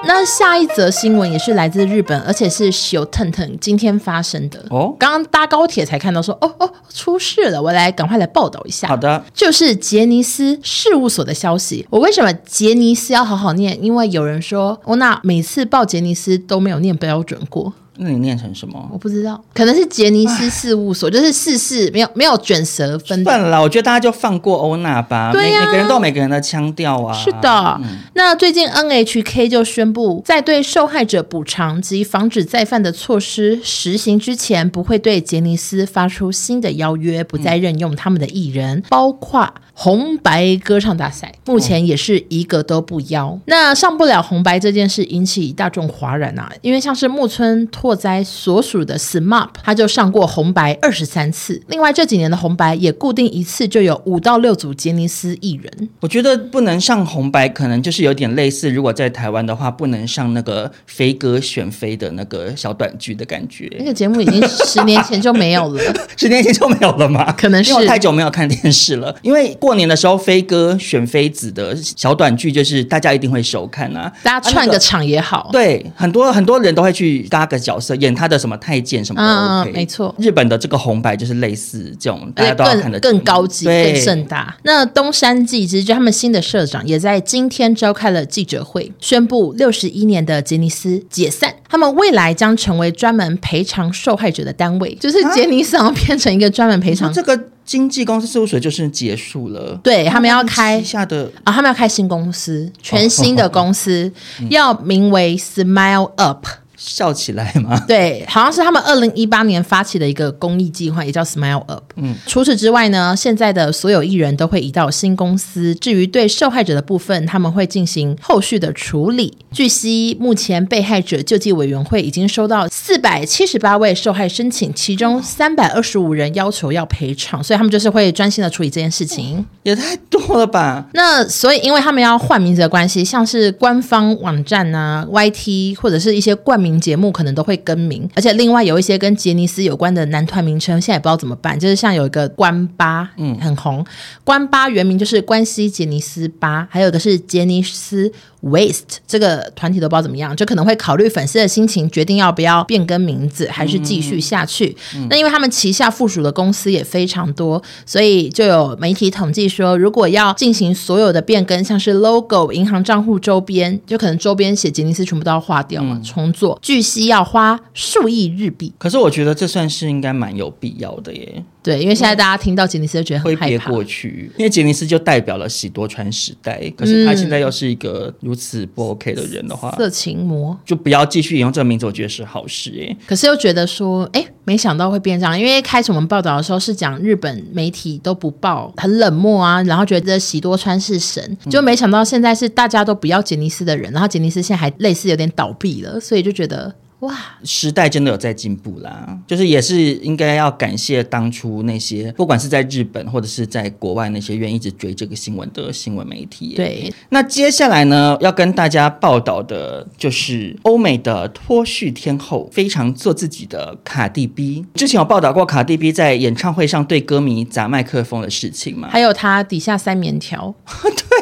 Speaker 3: 那下一则新闻也是来自日本，而且是小腾腾今天发生的。
Speaker 2: 哦
Speaker 3: 刚刚搭高铁才看到说，哦哦，出事了，我来赶快来报道一下。
Speaker 2: 好的，
Speaker 3: 就是杰尼斯事务所的消息。我为什么杰尼斯要好好念？因为有人说，哦，那每次报杰尼斯都没有念标准过，
Speaker 2: 那你念成什么？
Speaker 3: 我不知道，可能是杰尼斯事务所，就是事事没有没有卷舌分
Speaker 2: 算
Speaker 3: 的。
Speaker 2: 了啦，我觉得大家就放过欧娜吧。
Speaker 3: 对呀
Speaker 2: 每每个人都有每个人的腔调啊。
Speaker 3: 是的，那最近 NHK 就宣布，在对受害者补偿及防止再犯的措施实行之前，不会对杰尼斯发出新的邀约，不再任用他们的艺人，包括红白歌唱大赛，目前也是一个都不邀。那上不了红白这件事引起大众哗然啊，因为像是木村拓哉所属的 SMAP，他就上过红白二十三次，另外这几年的红白也固定一次就有五到六组杰尼斯艺人。
Speaker 2: 我觉得不能上红白，可能就是有点类似，如果在台湾的话，不能上那个飞哥选妃的那个小短剧的感
Speaker 3: 那
Speaker 2: 觉。
Speaker 3: 个节目已经十年前就没有
Speaker 2: [LAUGHS]
Speaker 3: 了，
Speaker 2: 十年前就没有了吗？
Speaker 3: 可能是
Speaker 2: 因为我太久没有看电视了。因为过年的时候，飞哥选妃子的小短剧，就是大家一定会收看啊。
Speaker 3: 大家串
Speaker 2: 啊那
Speaker 3: 个
Speaker 2: 个
Speaker 3: 场也好。
Speaker 2: 对，很多很多人都会去搭个角色，演他的什么太监什么
Speaker 3: 嗯
Speaker 2: 的、
Speaker 3: 嗯
Speaker 2: OK。
Speaker 3: 没错
Speaker 2: 日本的这个红白就是类似这种，大
Speaker 3: 而且
Speaker 2: 家都要看
Speaker 3: 更
Speaker 2: 的
Speaker 3: 更高级、
Speaker 2: 对
Speaker 3: 更盛大。那东山纪之，就他们新的社长，也在今天召开了记者会，宣布六十一年的杰尼斯解散，他们未来将成为专门赔偿受害者的单位，就是杰尼斯好像变成一个专门赔
Speaker 2: 你说
Speaker 3: 偿，
Speaker 2: 啊哦这个经纪公司事务所就是结束了，
Speaker 3: 对他们要开
Speaker 2: 旗下的
Speaker 3: 啊，他们要开新公司，
Speaker 2: 哦
Speaker 3: 全新的公司，要名为 Smile Up。
Speaker 2: 笑起来吗？
Speaker 3: [LAUGHS]
Speaker 2: [LAUGHS]
Speaker 3: 对，好像是他们二零一八年发起的一个公益计划，也叫 Smile Up。嗯，除此之外呢，现在的所有艺人都会移到新公司。至于对受害者的部分，他们会进行后续的处理。据悉，目前被害者救济委员会已经收到四百七十八位受害申请，其中三百二十五人要求要赔偿，所以他们就是会专心的处理这件事情。
Speaker 2: 也太多了吧！
Speaker 3: 那所以，因为他们要换名字的关系，像是官方网站啊、YT 或者是一些冠名节目，可能都会更名。而且，另外有一些跟杰尼斯有关的男团名称，现在也不知道怎么办。就是像有一个关八，嗯，很红。关八原名就是关西杰尼斯八，还有一个是杰尼斯 Waste，这个团体都不知道怎么样，就可能会考虑粉丝的心情，决定要不要变更名字，还是继续下去。那因为他们旗下附属的公司也非常多，所以就有媒体统计说，如果要进行所有的变更，像是 logo、银行账户周边，就可能周边写杰尼斯全部都要划掉嘛，重做，据悉要花数亿日币。
Speaker 2: 可是我觉得这算是应该蛮有必要的耶，
Speaker 3: 对，因为现在大家听到杰尼斯就觉得很
Speaker 2: 挥
Speaker 3: 害
Speaker 2: 别
Speaker 3: 怕。
Speaker 2: 过去，因为杰尼斯就代表了喜多川时代，
Speaker 3: 嗯
Speaker 2: 可是他现在又是一个如此不 OK 的人的话，
Speaker 3: 色情魔，
Speaker 2: 就不要继续引用这个名字，我觉得是好事耶。
Speaker 3: 可是又觉得说，哎，没想到会变这样，因为开始我们报道的时候是讲日本媒体都不报，很冷漠啊，然后觉得喜多川是神，就没想到现在是大家都不要杰尼斯的人，然后杰尼斯现在还类似有点倒闭了，所以就觉得。哇，
Speaker 2: 时代真的有在进步啦，就是也是应该要感谢当初那些不管是在日本或者是在国外那些愿意一直追这个新闻的新闻媒体。，
Speaker 3: 对，
Speaker 2: 那接下来呢，要跟大家报道的就是欧美的脱序天后，非常做自己的卡蒂 B。之前有报道过卡蒂 B 在演唱会上对歌迷砸麦克风的事情嘛？
Speaker 3: 还有他底下塞棉条，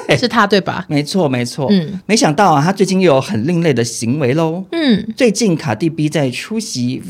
Speaker 2: 对
Speaker 3: 是他对吧？
Speaker 2: 没错，没错。
Speaker 3: 嗯
Speaker 2: 没想到啊，她最近又有很另类的行为喽。
Speaker 3: 嗯，
Speaker 2: 最近，卡蒂 B 在出席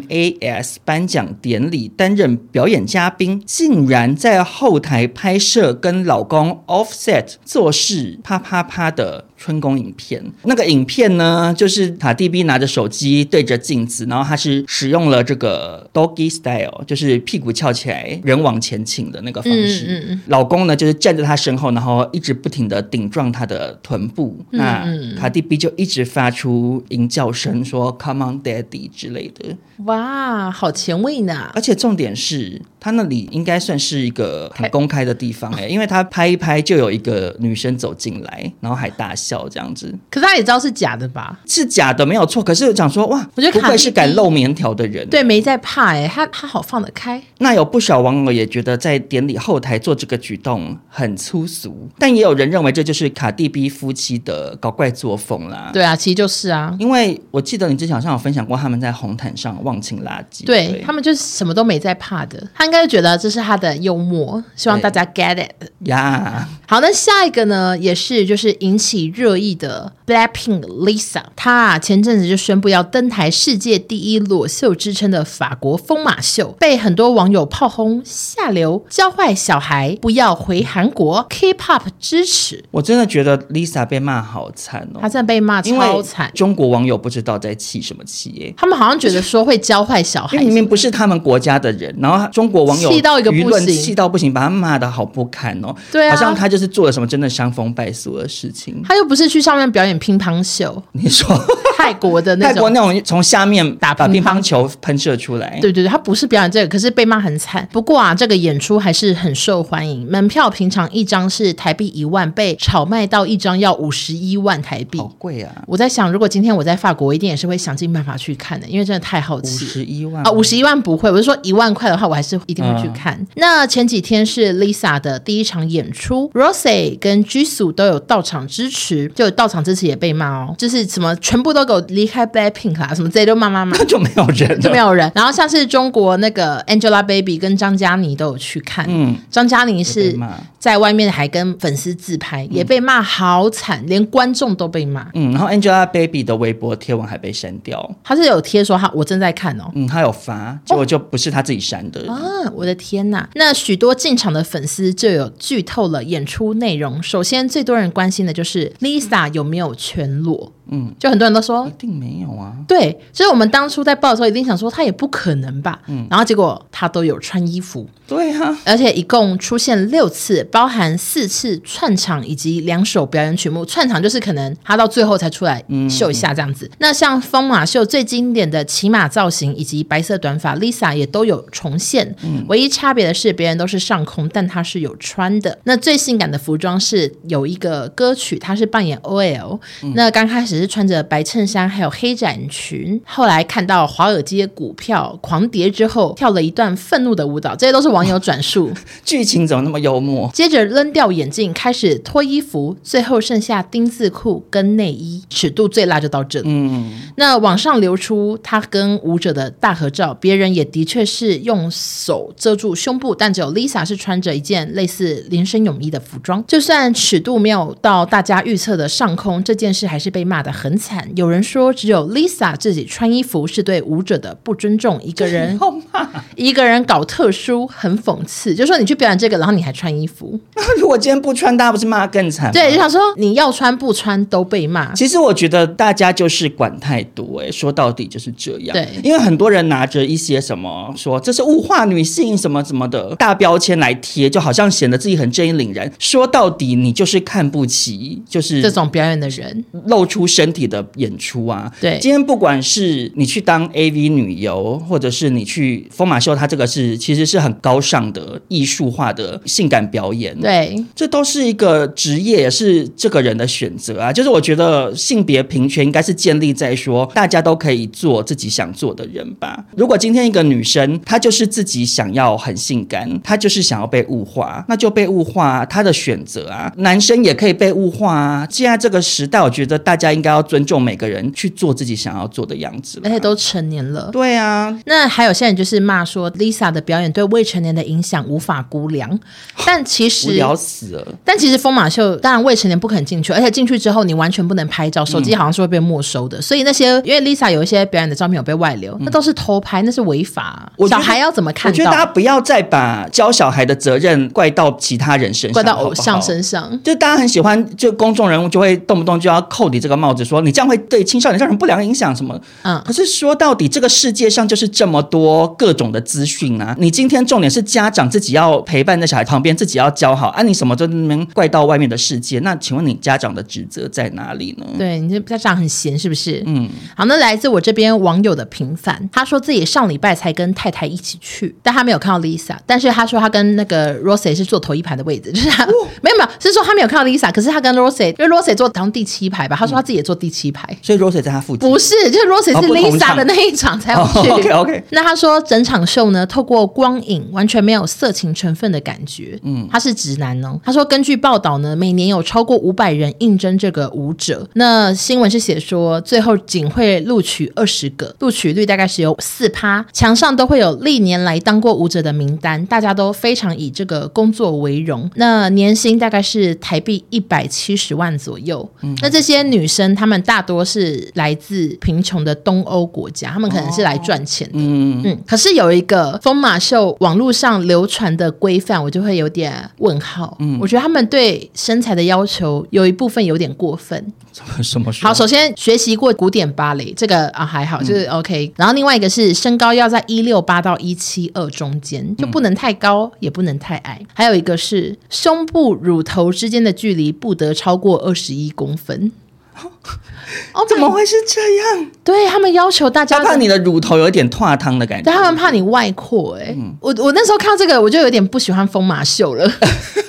Speaker 2: VMAS 颁奖典礼担任表演嘉宾，竟然在后台拍摄跟老公 Offset 做事啪啪啪的春宫影片。那个影片呢，就是卡蒂 B 拿着手机对着镜子，然后她是使用了这个 doggy style，就是屁股翘起来，人往前倾的那个方式。
Speaker 3: 嗯嗯嗯
Speaker 2: 老公呢，就是站在她身后，然后一直不停的顶撞她的臀部。
Speaker 3: 嗯
Speaker 2: 那卡蒂 B 就一直发出吟叫声，说 “Come on, Daddy” 之类的。
Speaker 3: 嗯哇，好前卫呢
Speaker 2: 而！且重点是，她那里应该算是一个很公开的地方
Speaker 3: [LAUGHS]
Speaker 2: 哎、因为她拍一拍就有一个女生走进来，然后还大笑这样子，
Speaker 3: 可是他也知道是假的吧？
Speaker 2: 是假的没有错。可是我想说，哇，
Speaker 3: 我觉得
Speaker 2: 不
Speaker 3: 卡蒂
Speaker 2: 愧是敢
Speaker 3: B
Speaker 2: 露棉条的人。
Speaker 3: 对，没在怕哎、他他好放得开，
Speaker 2: 那有不少网友也觉得在典礼后台做这个举动很粗俗，但也有人认为这就是卡蒂 B 夫妻的搞怪作风啦。，
Speaker 3: 对啊，其实就是啊，
Speaker 2: 因为我记得你之前好像有分享过他们在红毯上忘情垃圾，
Speaker 3: 对他们就是什么都没在怕的，他应该就觉得这是他的幽默，希望
Speaker 2: 对
Speaker 3: 大家 get it。
Speaker 2: 呀，
Speaker 3: 好，那下一个呢，也是就是引起热议的 Blackpink Lisa，她啊前阵子就宣布要登台世界第一裸秀之称的法国疯马秀，被很多网友炮轰下流，教坏小孩不要回韩国，K-pop 支持，
Speaker 2: 我真的觉得 Lisa 被骂好惨哦
Speaker 3: 她，真的被骂
Speaker 2: 因为
Speaker 3: 超惨，
Speaker 2: 中国网友不知道在气什么气耶、
Speaker 3: 他们好像觉得说会教坏小孩
Speaker 2: 因为，明明不是他们国家的人，然后中国网友
Speaker 3: 哎气到一个不
Speaker 2: 舆论
Speaker 3: 行
Speaker 2: 气到不行，把他骂的好不堪哦，
Speaker 3: 对啊
Speaker 2: 好像他就是做了什么真的伤风败俗的事情。
Speaker 3: 她又不是去上面表演乒乓球，
Speaker 2: 你说。
Speaker 3: 泰国的那
Speaker 2: 泰国
Speaker 3: 种。
Speaker 2: 那种从下面
Speaker 3: 打
Speaker 2: 把
Speaker 3: 乒
Speaker 2: 乒
Speaker 3: 乓
Speaker 2: 乓球喷射出来，
Speaker 3: 对对对，他不是表演这个，可是被骂很惨。不过啊，这个演出还是很受欢迎，门票平常一张是台币一万，被炒卖到一张要五十一万台币
Speaker 2: 好。贵啊，
Speaker 3: 我在想，如果今天我在法国，我一定也是会想尽办法去看的，因为真的太好
Speaker 2: 五
Speaker 3: 奇了。
Speaker 2: 十一万
Speaker 3: 啊，五十一万啊不会，我是说一万块的话，我还是一定会去看。那前几天是 Lisa 的第一场演出，Rose 跟 Jisoo 都有到场支持，就有到场支持也被骂哦，就是什么全部都给我离开 Blackpink 啦，什么这些都骂骂骂。
Speaker 2: 那就没有
Speaker 3: [LAUGHS]
Speaker 2: 人
Speaker 3: 就没
Speaker 2: 了。
Speaker 3: 有人。然后像是中国那个 Angelababy 跟张嘉妮都有去看，嗯，张嘉妮
Speaker 2: 也
Speaker 3: 是
Speaker 2: 被骂
Speaker 3: 在外面还跟粉丝自拍，也被骂好惨，连观众都被骂。
Speaker 2: 嗯，然后 Angelababy 的微博贴文还被删掉，
Speaker 3: 她是有贴说哈，我正在看哦。
Speaker 2: 嗯，她有发，结果就不是她自己删的。
Speaker 3: 啊，我的天呐！那许多进场的粉丝就有剧透了演出内容。首先，最多人关心的就是 Lisa 有没有全裸。嗯，就很多人都说
Speaker 2: 一定没有啊！
Speaker 3: 对，所以我们当初在报的时候一定想说她也不可能吧。嗯，然后结果她都有穿衣服。
Speaker 2: 对啊，
Speaker 3: 而且一共出现六次，包含四次串场以及两首表演曲目。串场就是可能他到最后才出来秀一下这样子。那像疯马秀最经典的骑马造型以及白色短发，Lisa 也都有重现。唯一差别的是，别人都是上空，但她是有穿的。那最性感的服装是有一个歌曲，她是扮演 OL。那刚开始是穿着白衬衫，还有黑展裙。后来看到华尔街股票狂跌之后，跳了一段愤怒的舞蹈，这些都是网友转述。
Speaker 2: 剧情怎么那么幽默？
Speaker 3: 接着扔掉眼镜，开始脱衣服，最后剩下丁字裤跟内衣，尺度最辣就到这里。
Speaker 2: 嗯，
Speaker 3: 那网上流出他跟舞者的大合照，别人也的确是用手遮住胸部，但只有 Lisa 是穿着一件类似连身泳衣的服装。就算尺度没有到大家预测的上空，这件事还是被骂得很惨。有人说，只有 Lisa 自己穿衣服是对舞者的不尊重，一个
Speaker 2: [LAUGHS]
Speaker 3: 人
Speaker 2: 好嘛。
Speaker 3: 一个人搞特殊，很讽刺。就说你去表演这个，然后你还穿衣服，
Speaker 2: 那如果今天不穿，大家不是骂得更惨？
Speaker 3: 对，就。想说你要穿不穿都被骂。
Speaker 2: 其实我觉得大家就是管太多、欸，说到底就是这样。
Speaker 3: 对
Speaker 2: 因为很多人拿着一些什么说这是物化女性什么什么的大标签来贴，就好像显得自己很正义凛然。说到底，你就是看不起，就是
Speaker 3: 这种表演的人，
Speaker 2: 露出身体的演出啊。
Speaker 3: 对
Speaker 2: 今天不管是你去当 AV 女优，或者是你去疯马秀它这个是其实是很高尚的艺术化的性感表演，，
Speaker 3: 对，
Speaker 2: 这都是一个职业，也是这个人的选择啊。就是我觉得性别平权应该是建立在说大家都可以做自己想做的人吧。如果今天一个女生她就是自己想要很性感，她就是想要被物化，那就被物化，她的选择啊。男生也可以被物化啊。现在这个时代，我觉得大家应该要尊重每个人去做自己想要做的样子啦。
Speaker 3: 而且都成年了。
Speaker 2: 对啊，
Speaker 3: 那还有些人就是骂说 Lisa 的表演对未成年的影响无法估
Speaker 2: [SIGHS]
Speaker 3: 量，但其
Speaker 2: 无
Speaker 3: 实
Speaker 2: 聊死了。
Speaker 3: 但其实疯马秀当然未成年不肯进去，而且进去之后你完全不能拍照，手
Speaker 2: 嗯
Speaker 3: 机好像是会被没收的。所以那些因为 Lisa 有一些表演的照片有被外流，那都是偷拍，那是违法
Speaker 2: 嗯我。觉
Speaker 3: 小
Speaker 2: 得
Speaker 3: 孩要怎么看
Speaker 2: 我觉得大家
Speaker 3: 到？
Speaker 2: 不要再把教小孩的责任怪到其他人身上，
Speaker 3: 怪到
Speaker 2: 好不好
Speaker 3: 偶像身上。
Speaker 2: 就大家很喜欢，就公众人物就会动不动就要扣你这个帽子说，你这样会对青少年造成不良影响什么。
Speaker 3: 嗯，
Speaker 2: 可是说到底，这个世界上就是这么多各种的资讯啊！你今天重点是家长自己要陪伴在小孩旁边，自己要教好啊！你什么都能怪到外面的世界？那请问你家长的职责在哪里呢？
Speaker 3: 对，你这家长很闲是不是？嗯，好，那来自我这边网友的平反，他说自己上礼拜才跟太太一起去，但他没有看到 Lisa，但是他说他跟那个 Rose 是坐头一排的位置，就是他、
Speaker 2: 哦
Speaker 3: [LAUGHS] 没有没有，是说他没有看到 Lisa，可是他跟 Rose，因为 Rose 坐好像第七排吧，他说他自己也坐第七排。
Speaker 2: 所以 Rose 在他附近，
Speaker 3: 不是，就是 Rose
Speaker 2: 嗯哦
Speaker 3: 是
Speaker 2: 不同
Speaker 3: Lisa
Speaker 2: 场
Speaker 3: 的那一场才有去。
Speaker 2: 哦，OK，OK
Speaker 3: 那他说整场秀呢，透过光影完全没有色情成分的感觉。嗯，他是直男哦。他说根据报道呢，每年有超过五百人应征这个舞者。那新闻是写说，最后仅会录取二十个，录取率大概是有四趴。墙上都会有历年来当过舞者的名单，大家都非常以这个工作为荣。那年薪大概是台币一百七十万左右。那这些女生她们大多是来自贫穷的东欧国家，她们可能是来赚钱的。
Speaker 2: 嗯，
Speaker 3: 嗯，可是有一个疯马秀网络上流传的规范，我就会有点问号。嗯，我觉得他们对身材的要求有一部分有点过分。
Speaker 2: 什么啊说？
Speaker 3: 好，首先学习过古典芭蕾，这个啊还好，
Speaker 2: 嗯
Speaker 3: 就是 OK、然后另外一个是身高要在一六八到一七二中
Speaker 2: 嗯
Speaker 3: 间，就不能太高，也不能太矮。还有一个是胸部乳头之间的距离不得超过二十一公分。哦，
Speaker 2: 怎么？会是 [LAUGHS] 这样？
Speaker 3: 对他们要求大家
Speaker 2: 他
Speaker 3: 的
Speaker 2: 怕你的乳头有一点化汤的感觉
Speaker 3: 但。他们怕你外扩、欸，哎、
Speaker 2: 嗯
Speaker 3: 我我那时候看到这个，我就有点不喜欢疯马秀
Speaker 2: [LAUGHS]
Speaker 3: 了，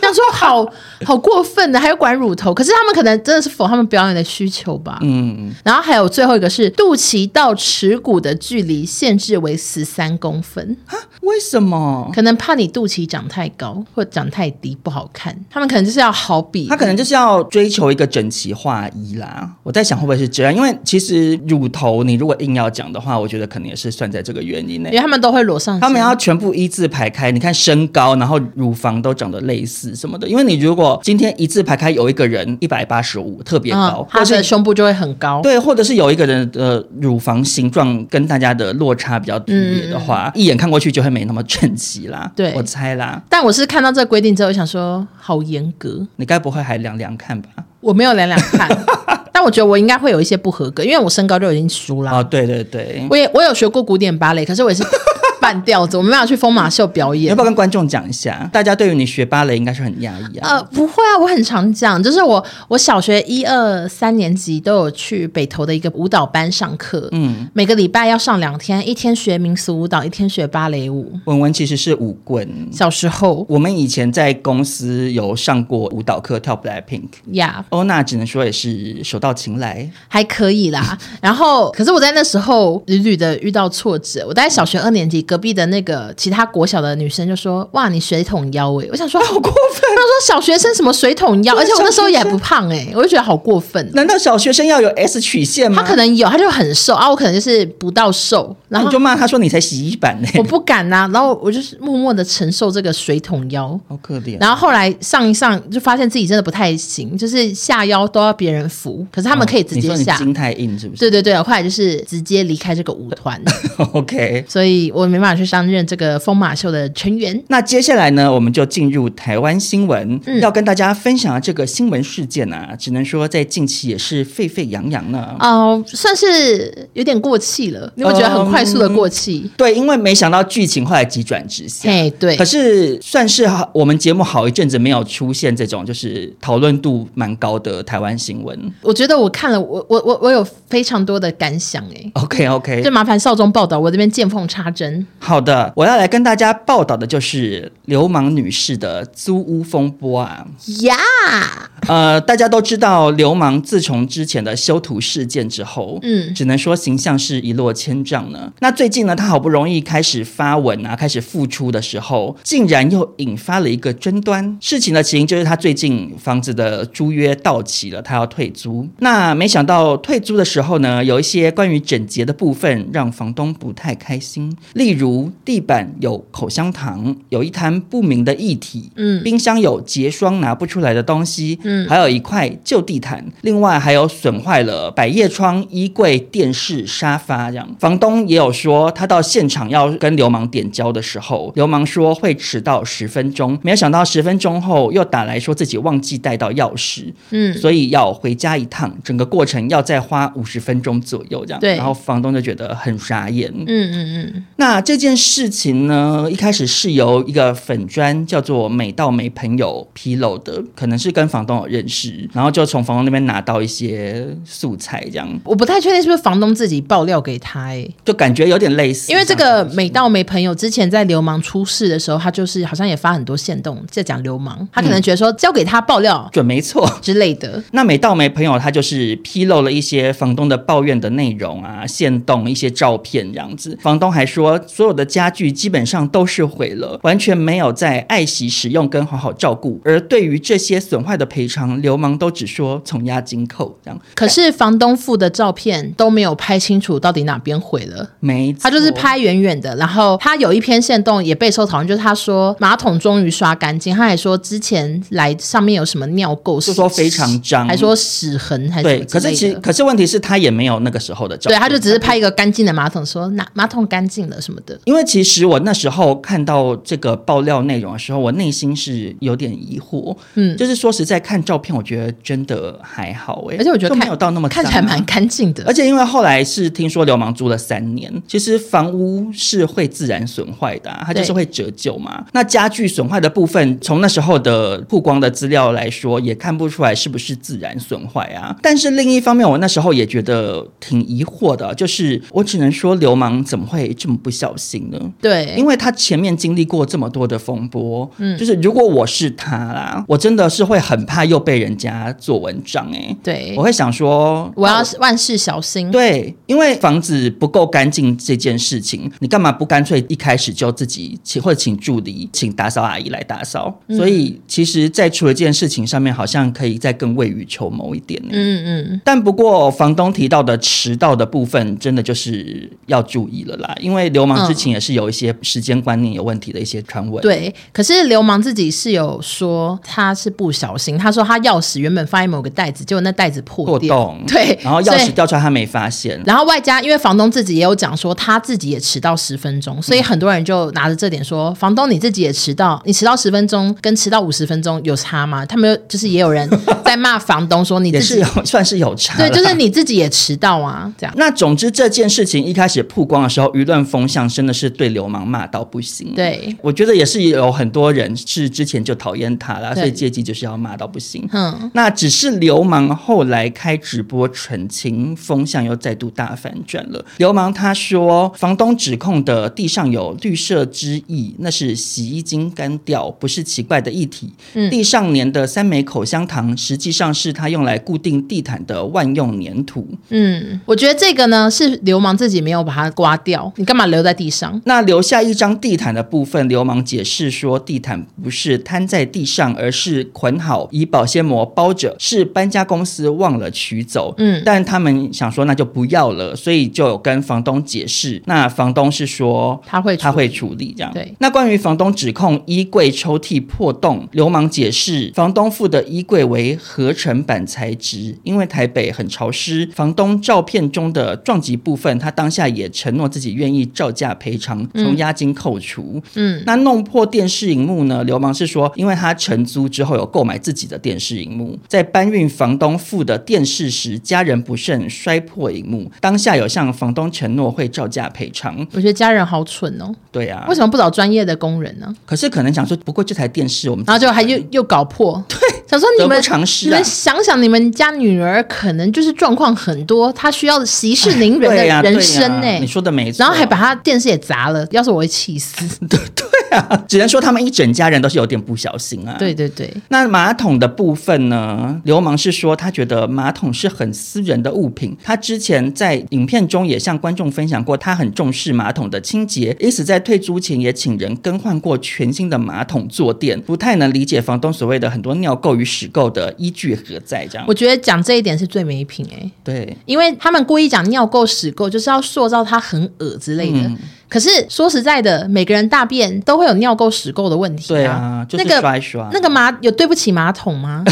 Speaker 3: 想说好好过分啊的，还有管乳头，可是他们可能真的是否他们表演的需求吧，嗯，然后还有最后一个是肚脐到耻骨的距离限制为十三公分，
Speaker 2: 为什么？
Speaker 3: 可能怕你肚脐长太高或长太低不好看，他们可能就是要好比，
Speaker 2: 他可能就是要追求一个整齐划一啦。我在想会不会是这样，因为其实乳头你如果硬要讲的话，我觉得可能也是算在这个原因内
Speaker 3: 因。为他们都会裸上身，
Speaker 2: 他们要全部一字排开，你看身高，然后乳房都长得类似什么的。因为你如果今天一字排开，有一个人一百八十五特别高
Speaker 3: 嗯，他
Speaker 2: 或
Speaker 3: 的
Speaker 2: 是
Speaker 3: 胸部就会很高，
Speaker 2: 对，或者是有一个人的乳房形状跟大家的落差比较剧烈的话，一眼看过去就会没那么整齐啦。
Speaker 3: 嗯对
Speaker 2: 我猜啦，
Speaker 3: 但我是看到这个规定之后，我想说好严格。
Speaker 2: 你该不会还量量看吧？
Speaker 3: 我没有量量
Speaker 2: [LAUGHS]
Speaker 3: 看，但我觉得我应该会有一些不合格，因为我身高就已经输了。
Speaker 2: 哦，对对对，
Speaker 3: 我也我有学过古典芭蕾，可是我也是半吊子，我没办法去疯马秀表
Speaker 2: 你要
Speaker 3: 演
Speaker 2: 不。要跟观众讲一下？大家对于你学芭蕾应该是很压抑啊。
Speaker 3: 呃，不会啊，我很常讲，就是我我小学一二三年级都有去北投的一个舞蹈班上课，嗯，每个礼拜要上两天，一天学民俗舞蹈，一天学芭蕾舞。
Speaker 2: 文文其实是舞棍。
Speaker 3: 小时候
Speaker 2: 我们以前在公司有上过舞蹈课，跳 Blackpink。
Speaker 3: 呀
Speaker 2: 欧娜只能说也是手到
Speaker 3: [LAUGHS]
Speaker 2: 擒来，
Speaker 3: 还可以
Speaker 2: [LAUGHS]
Speaker 3: 啦，然后可是我在那时候屡屡的遇到挫折。我大概小学二年级，隔壁的那个其他国小的女生就说：“哇，你水桶腰诶、我想
Speaker 2: [LAUGHS]
Speaker 3: 说，
Speaker 2: 好过分！
Speaker 3: 他说小学生什么水桶腰，而且我那时候也
Speaker 2: 啊小学
Speaker 3: 不
Speaker 2: 生
Speaker 3: 胖哎、我就觉得好过分。
Speaker 2: 难道小学生要有 S 曲线吗？
Speaker 3: 他可能有，他就很瘦啊，我可能就是不到瘦，
Speaker 2: 那
Speaker 3: 然
Speaker 2: 你
Speaker 3: 后
Speaker 2: 就骂他说你才洗衣板呢、
Speaker 3: 我不敢呐、然后我就是默默的承受这个水桶腰。
Speaker 2: [LAUGHS] 好可怜。啊
Speaker 3: 然后后来上一上就发现自己真的不太行，就是下腰都要别人扶，可是他们可以直
Speaker 2: 哦你
Speaker 3: 接
Speaker 2: 说你
Speaker 3: 下。
Speaker 2: 筋太硬是不是
Speaker 3: 对对对，我后来就是直接离开这个舞团，
Speaker 2: [LAUGHS] ？OK。
Speaker 3: 所以我没办法去担任这个疯马秀的成员。
Speaker 2: 那接下来呢，我们就进入台湾新闻，
Speaker 3: 嗯
Speaker 2: 要跟大家分享的这个新闻事件啊，只能说在近期也是沸沸扬扬呢。
Speaker 3: 哦、算是有点过气了，你会觉得很快速的过气？
Speaker 2: 对，因为没想到剧情后来急转直下。
Speaker 3: 嘿，对
Speaker 2: 嗯可，是算是好我们节目好一阵子没有出现这种就是讨论度蛮高的台湾新闻。 [LAUGHS]
Speaker 3: 我觉得我看了，我我我我有非常多的感想哎、
Speaker 2: OK OK，
Speaker 3: 就麻烦少中报道，我这边见缝插针。
Speaker 2: 好的，我要来跟大家报道的就是流氓女士的租屋风波啊。
Speaker 3: 呀、
Speaker 2: 呃，大家都知道，流氓自从之前的修图事件之后，
Speaker 3: 嗯
Speaker 2: 只能说形象是一落千丈呢。那最近呢，他好不容易开始发文啊，开始复出的时候，竟然又引发了一个争端。事情的起因就是他最近房子的租约到期了，他要退租。那没想到退租的时候呢，有一些关于整洁的部分让房东不太开心，例如地板有口香糖，有一滩不明的液体，
Speaker 3: 嗯
Speaker 2: 冰箱有结霜拿不出来的东西，
Speaker 3: 嗯
Speaker 2: 还有一块旧地毯，另外还有损坏了百叶窗、衣柜、电视、沙发这样。房东也有说，他到现场要跟流氓点交的时候，流氓说会迟到十分钟，没有想到十分钟后又打来说自己忘记带到钥匙，
Speaker 3: 嗯，
Speaker 2: 所以要回家一趟，整个过程要再花五十分钟左右这样。
Speaker 3: 对
Speaker 2: 然后房东就觉得很傻眼，
Speaker 3: 嗯嗯嗯，
Speaker 2: 那这件事情呢，一开始是由一个粉砖叫做“美到没朋友”披露的，可能是跟房东有认识，然后就从房东那边拿到一些素材，这样
Speaker 3: 我不太确定是不是房东自己爆料给他、欸，
Speaker 2: 就感觉有点类似。
Speaker 3: 因为这个美到没朋友之前在流氓出事的时候，他就是好像也发很多线动在讲流氓，他可能觉得说交给他爆料
Speaker 2: 准没错。
Speaker 3: 之类的，
Speaker 2: 那美到没朋友，他就是披露了一些房东的抱怨的内容啊，现动一些照片这样子。房东还说，所有的家具基本上都是毁了，完全没有在爱惜使用跟好好照顾。而对于这些损坏的赔偿，流氓都只说从押金扣这样。
Speaker 3: 可是房东附的照片都没有拍清楚到底哪边毁了。
Speaker 2: 没错，
Speaker 3: 他就是拍远远的，然后他有一篇线动也备受讨论，就是他说马桶终于刷干净，他还说之前来上面有什么尿垢，
Speaker 2: 就说非常脏，
Speaker 3: 还说屎痕还是什
Speaker 2: 对。
Speaker 3: 么
Speaker 2: 可
Speaker 3: 之类的
Speaker 2: 是其可是问题是他也没有那个时候的照
Speaker 3: 对，
Speaker 2: 片，
Speaker 3: 他就只是拍一个干净的马桶，说哪马桶干净了什么的。
Speaker 2: 因为其实我那时候看到这个爆料内容的时候，我内心是有点疑惑，
Speaker 3: 嗯
Speaker 2: 就是说实在看照片，我觉得真的还好哎、
Speaker 3: 而且我觉得
Speaker 2: 就
Speaker 3: 看
Speaker 2: 没有到那么
Speaker 3: [LAUGHS]
Speaker 2: 脏啊
Speaker 3: 看 [LAUGHS] 起来蛮干净的
Speaker 2: 而。且因为后来是听说流氓租了三年，其实房屋是会自然损坏的、啊，它就是
Speaker 3: 对
Speaker 2: 会折旧嘛。那家具损坏的部分，从那时候的曝光的资料来说，也看不出来是不是自然损坏啊。但是另一方面，我那时候也觉得挺疑惑的，啊就是我只能说流氓怎么会这么不小心呢？
Speaker 3: 对，
Speaker 2: 因
Speaker 3: 为
Speaker 2: 为他前面经历过这么多的风波，嗯，就是如果我是他啦，我真的是会很怕又被人家做文章哎、
Speaker 3: 对
Speaker 2: 我，会想说，
Speaker 3: 我
Speaker 2: 那
Speaker 3: 要万事小心。
Speaker 2: 对，因为房子不够干净这件事情，你干嘛不干脆一开始就自己请或者请助理、请打扫阿姨来打扫？
Speaker 3: 嗯
Speaker 2: 所以其实，在处理这件事情上面，好像可以再更未雨绸缪一点。嗯。
Speaker 3: 嗯嗯，
Speaker 2: 但不过，房东提到的迟到的部分，真的就是要注意了啦，因为流氓之前也是有一些时间观念有问题的一些传闻。
Speaker 3: 嗯对。可是流氓自己是有说他是不小心，他说他钥匙原本放在某个袋子，结果那袋子
Speaker 2: 破
Speaker 3: 破掉。
Speaker 2: 洞，
Speaker 3: 对
Speaker 2: 然后钥
Speaker 3: 所以
Speaker 2: 匙掉出来，他没发现，
Speaker 3: 然后外加，因为房东自己也有讲说他自己也迟到十分钟，所以很多人就拿着这点说，房东你自己也迟到，你迟到十分钟跟迟到五十分钟有差吗？他们有就是也有人在骂房东说你
Speaker 2: [LAUGHS] 也
Speaker 3: 自
Speaker 2: 是
Speaker 3: 己
Speaker 2: 有算是有差啦。
Speaker 3: 对，就是你自己也迟到啊，这样
Speaker 2: 那总之这件事情一开始曝光的时候，舆论风向真的是对流氓骂到不行。。
Speaker 3: 对，
Speaker 2: 我觉得也是有很多人是之前就讨厌他啦，
Speaker 3: 对
Speaker 2: 所以借机就是要骂到不行。
Speaker 3: 嗯，
Speaker 2: 那只是流氓后来开直播澄清，风向又再度大反转了。流氓他说，房东指控的地上有绿色汁液，那是洗衣精干掉，不是奇怪的液体。
Speaker 3: 嗯
Speaker 2: 地上粘的三枚口香糖，实际上是他用来固定地毯的万用粘土。
Speaker 3: 嗯，我觉得这个呢是流氓自己没有把它刮掉，你干嘛留在地上？
Speaker 2: 那留下一张地毯的部分，流氓解释说，地毯不是摊在地上，而是捆好以保鲜膜包着，是搬家公司忘了取走。
Speaker 3: 嗯
Speaker 2: 但他们想说那就不要了，所以就有跟房东解释。那房东是说
Speaker 3: 他会
Speaker 2: 他
Speaker 3: 处
Speaker 2: 会处理这样。
Speaker 3: 对
Speaker 2: 那关于房东指控衣柜抽屉破洞，流氓解释，房东附的衣柜为合成板材质，因为台北很潮湿，房东照片中的撞击部分，他当下也承诺自己愿意照价赔偿，从押金扣除。
Speaker 3: 嗯，
Speaker 2: 那弄破电视荧幕呢？流氓是说，因为他承租之后有购买自己的电视荧幕，在搬运房东付的电视时，家人不慎摔破荧幕，当下有向房东承诺会照价赔偿。
Speaker 3: 我觉得家人好蠢哦，
Speaker 2: 对啊，
Speaker 3: 为什么不找专业的工人呢？啊
Speaker 2: 可是可能想说，不过这台电视我们
Speaker 3: 然后就还又又搞破，对，想说你
Speaker 2: 啊得
Speaker 3: 们
Speaker 2: 不偿失
Speaker 3: 你
Speaker 2: 啊
Speaker 3: 们想想，你们家女儿可能就是状况很多，她需要息事宁人的
Speaker 2: 对呀、啊对
Speaker 3: 人
Speaker 2: 呀
Speaker 3: 生呢、
Speaker 2: 你说的没错。
Speaker 3: 然后还把她电视也砸了，要是我会气死。
Speaker 2: 啊只能说他们一整家人都是有点不小心 [LAUGHS] 啊。
Speaker 3: 对对对，
Speaker 2: 那马桶的部分呢？流氓是说他觉得马桶是很私人的物品。他之前在影片中也向观众分享过，他很重视马桶的清洁，因此在退租前也请人更换过全新的马桶坐垫。不太能理解房东所谓的很多尿垢与屎垢的依据何在，这样
Speaker 3: 我。觉得讲这一点是最没品哎、
Speaker 2: 对，
Speaker 3: 因为他们故意讲尿垢、屎垢，就是要塑造他很恶之类的。
Speaker 2: 嗯
Speaker 3: 可是说实在的，每个人大便都会有尿垢、屎垢的问题、
Speaker 2: 对啊，就是
Speaker 3: 那个
Speaker 2: 刷一刷。
Speaker 3: 那个马有对不起马桶
Speaker 2: [LAUGHS]
Speaker 3: 吗？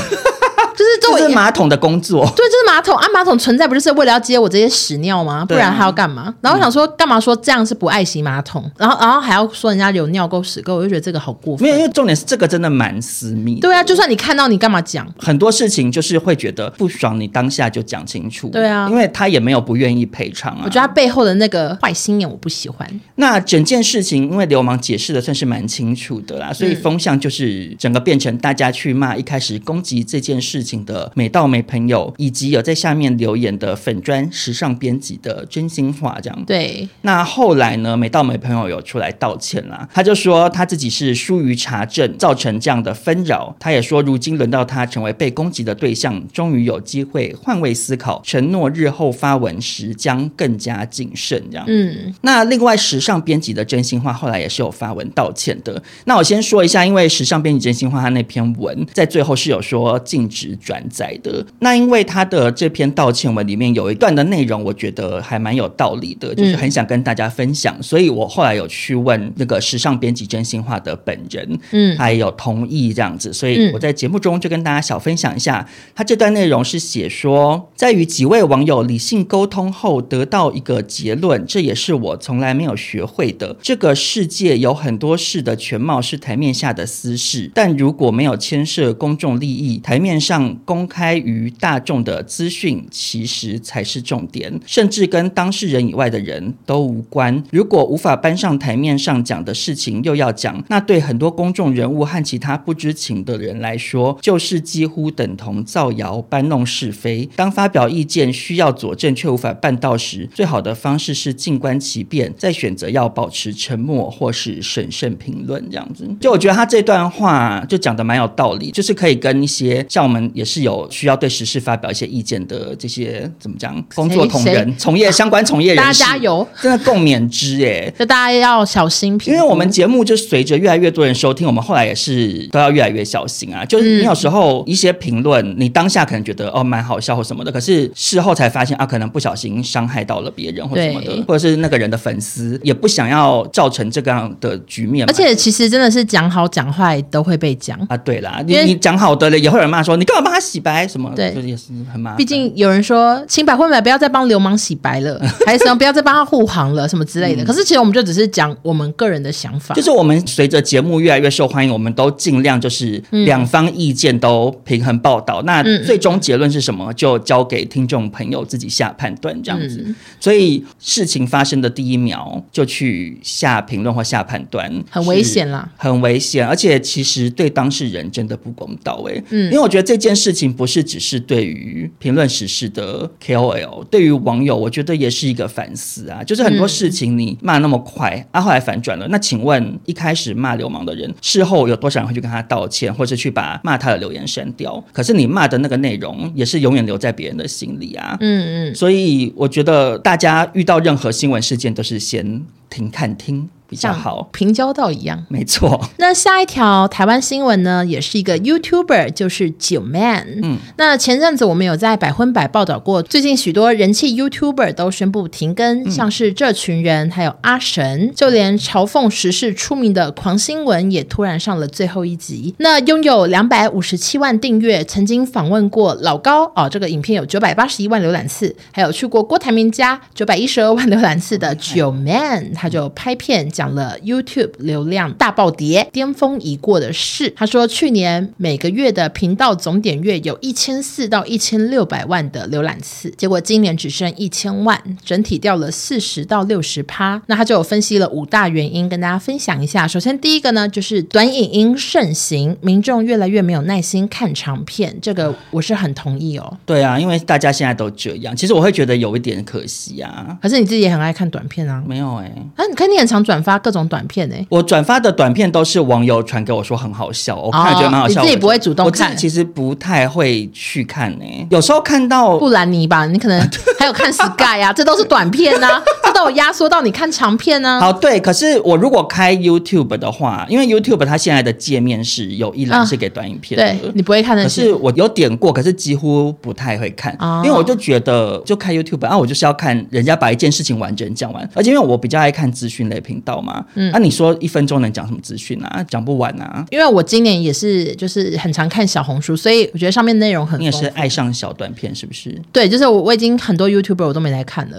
Speaker 3: 就是作
Speaker 2: 这
Speaker 3: 为
Speaker 2: 是马桶的工作。
Speaker 3: 对，就是马桶啊，马桶存在不就是为了要接我这些屎尿吗？不
Speaker 2: 对啊嗯
Speaker 3: 然还要干嘛？然后我想说，干嘛说这样是不爱惜马桶？然后，然后还要说人家有尿垢、屎垢，我就觉得这个好过
Speaker 2: 没有，因
Speaker 3: 分。
Speaker 2: 为重点是这个真的蛮私密的。
Speaker 3: 对啊，就算你看到，你干嘛讲？
Speaker 2: 很多事情就是会觉得不爽，你当下就讲清楚。
Speaker 3: 对啊
Speaker 2: 因为他也没有不愿意赔偿啊。
Speaker 3: 我觉得他背后的那个坏心眼，我不喜欢。
Speaker 2: 那整件事情，因为流氓解释的算是蛮清楚的啦，所以
Speaker 3: 嗯
Speaker 2: 风向就是整个变成大家去骂一开始攻击这件事情的美到没朋友，以及有在下面留言的粉砖时尚编辑的真心话这样。
Speaker 3: 对，
Speaker 2: 那后来呢？美道美朋友有出来道歉啦，他就说他自己是疏于查证，造成这样的纷扰。他也说，如今轮到他成为被攻击的对象，终于有机会换位思考，承诺日后发文时将更加谨慎。这样，
Speaker 3: 嗯，
Speaker 2: 那另外，时尚编辑的真心话后来也是有发文道歉的。那我先说一下，因为时尚编辑真心话他那篇文在最后是有说禁止转载的。那因为他的这篇道歉文里面有一段的内容，我觉得还蛮有道理的，就是很想跟大家分享，所以我后来有去问那个时尚编辑真心话的本人，
Speaker 3: 嗯
Speaker 2: 他也有同意这样子，所以
Speaker 3: 嗯
Speaker 2: 我在节目中就跟大家小分享一下，他这段内容是写说，在与几位网友理性沟通后，得到一个结论，这也是我从来没有学会的。这个世界有很多事的全貌是台面下的私事，但如果没有牵涉公众利益，台面上公开于大众的资讯其实才是重点，甚至跟当事人以外的人都无关。如果无法搬上台面上讲的事情又要讲，那对很多公众人物和其他不知情的人来说，就是几乎等同造谣、搬弄是非。当发表意见需要佐证却无法办到时，最好的方式是静观其变，再选择要保持沉默或是审慎评论这样子。就我觉得他这段话就讲的蛮有道理，就是可以跟一些像我们也是有需要对时事发表一些意见的这些怎么讲工作同仁、从业相关从业人
Speaker 3: 大家
Speaker 2: 士，
Speaker 3: 加油！
Speaker 2: 真的共勉之哎、
Speaker 3: 就大家要小心评
Speaker 2: 因
Speaker 3: 估，
Speaker 2: 为我们节目就随着越来越多人收听，我们后来也是都要越来越小心啊。就
Speaker 3: 嗯
Speaker 2: 是你有时候一些评论，你当下可能觉得哦蛮好笑或什么的，可是事后才发现啊，可能不小心伤害到了别人或什么的
Speaker 3: 对，
Speaker 2: 或者是那个人的粉丝也不想要造成这个样的局面
Speaker 3: 而
Speaker 2: 嘛。
Speaker 3: 且其实真的是讲好讲坏都会被讲。
Speaker 2: 啊，对啦，你
Speaker 3: 因为
Speaker 2: 你讲好的了，也会有人骂说你干嘛帮他洗白什么，
Speaker 3: 对
Speaker 2: 就是也是很麻烦。
Speaker 3: 毕竟有人说清白混白，不要再帮流氓洗白了，还是什么不要再帮他护航了，什么之类的。可是其实我们就只是讲我们个人的想法，
Speaker 2: 嗯就是我们随着节目越来越受欢迎，我们都尽量就是
Speaker 3: 嗯
Speaker 2: 两方意见都平衡报道。那最终结论是什么，就交给听众朋友自己下判断这样
Speaker 3: 嗯
Speaker 2: 子。所以事情发生的第一秒就去下评论或下判断，
Speaker 3: 很危险啦。
Speaker 2: 很危险，而且其实对当事人真的不公道哎、嗯，因为我觉得这件事情不是只是对于评论时事的 KOL，对于网友，我觉得也是一个反思啊。就是很多事情你骂那么快，啊，后来反转了，那请问一开始骂流氓的人，事后有多少人会去跟他道歉，或者去把骂他的留言删掉？可是你骂的那个内容，也是永远留在别人的心里啊。
Speaker 3: 嗯嗯，
Speaker 2: 所以我觉得大家遇到任何新闻事件，都是先停看听比较
Speaker 3: 像
Speaker 2: 好。
Speaker 3: 平交道一样。
Speaker 2: 没错。
Speaker 3: 那下一条台湾新闻呢，也是一个 YouTuber，就是九 man。嗯，那前阵子我们有在百分百报道过，最近许多人气 YouTuber 都宣布停更，像是这群人，还有阿神，就连嘲讽时事出名的狂新闻也突然上了最后一集。那拥有两百五十七万订阅，曾经访问过老高哦，这个影片有九百八十一万浏览次，还有去过郭台铭家九百一十二万浏览次的九 man，他就拍片讲。讲了 YouTube 流量大暴跌、巅峰已过的事。他说，去年每个月的频道总点阅有一千四到一千六百万的浏览次，结果今年只剩一千万，整体掉了四十到六十趴。那他就有分析了五大原因，跟大家分享一下。首先，第一个呢，就是短影音盛行，民众越来越没有耐心看长片，这个我是很同意哦。
Speaker 2: 对啊，因为大家现在都这样，其实我会觉得有一点可惜啊。
Speaker 3: 可是你自己也很爱看短片啊？
Speaker 2: 没有哎、
Speaker 3: 啊，你看你很常转发各种短片哎、
Speaker 2: 我转发的短片都是网友传给我说很好笑，我看了觉得蛮好笑。
Speaker 3: 哦你自己
Speaker 2: 我就
Speaker 3: 不会主动
Speaker 2: 我自己
Speaker 3: 看
Speaker 2: 其实不太会去看呢、有时候看到
Speaker 3: 布兰妮吧，你可
Speaker 2: 哦
Speaker 3: 能 [LAUGHS] 还有看 Sky 啊，这都是短片啊，这都有压缩到你看长片啊。
Speaker 2: 好，对，可是我如果开 YouTube 的话，因为 YouTube 它现在的界面是有一栏是给短影片
Speaker 3: 对
Speaker 2: 的。
Speaker 3: 你不会看
Speaker 2: 可
Speaker 3: 的
Speaker 2: 是我有点过，可是几乎不太会看，
Speaker 3: 哦
Speaker 2: 因为我就觉得就开 YouTube，啊，我就是要看人家把一件事情完整讲完，而且因为我比较爱看资讯类频道嘛，
Speaker 3: 嗯
Speaker 2: 那、你说一分钟能讲什么资讯啊？讲不完啊！
Speaker 3: 因为我今年也是就是很常看小红书，所以我觉得上面内容很
Speaker 2: 你也
Speaker 3: 丰
Speaker 2: 是
Speaker 3: 富
Speaker 2: 爱上小短片是不是？ [LAUGHS]
Speaker 3: 对，就是我我已经很多 YouTuber 我都没来看了，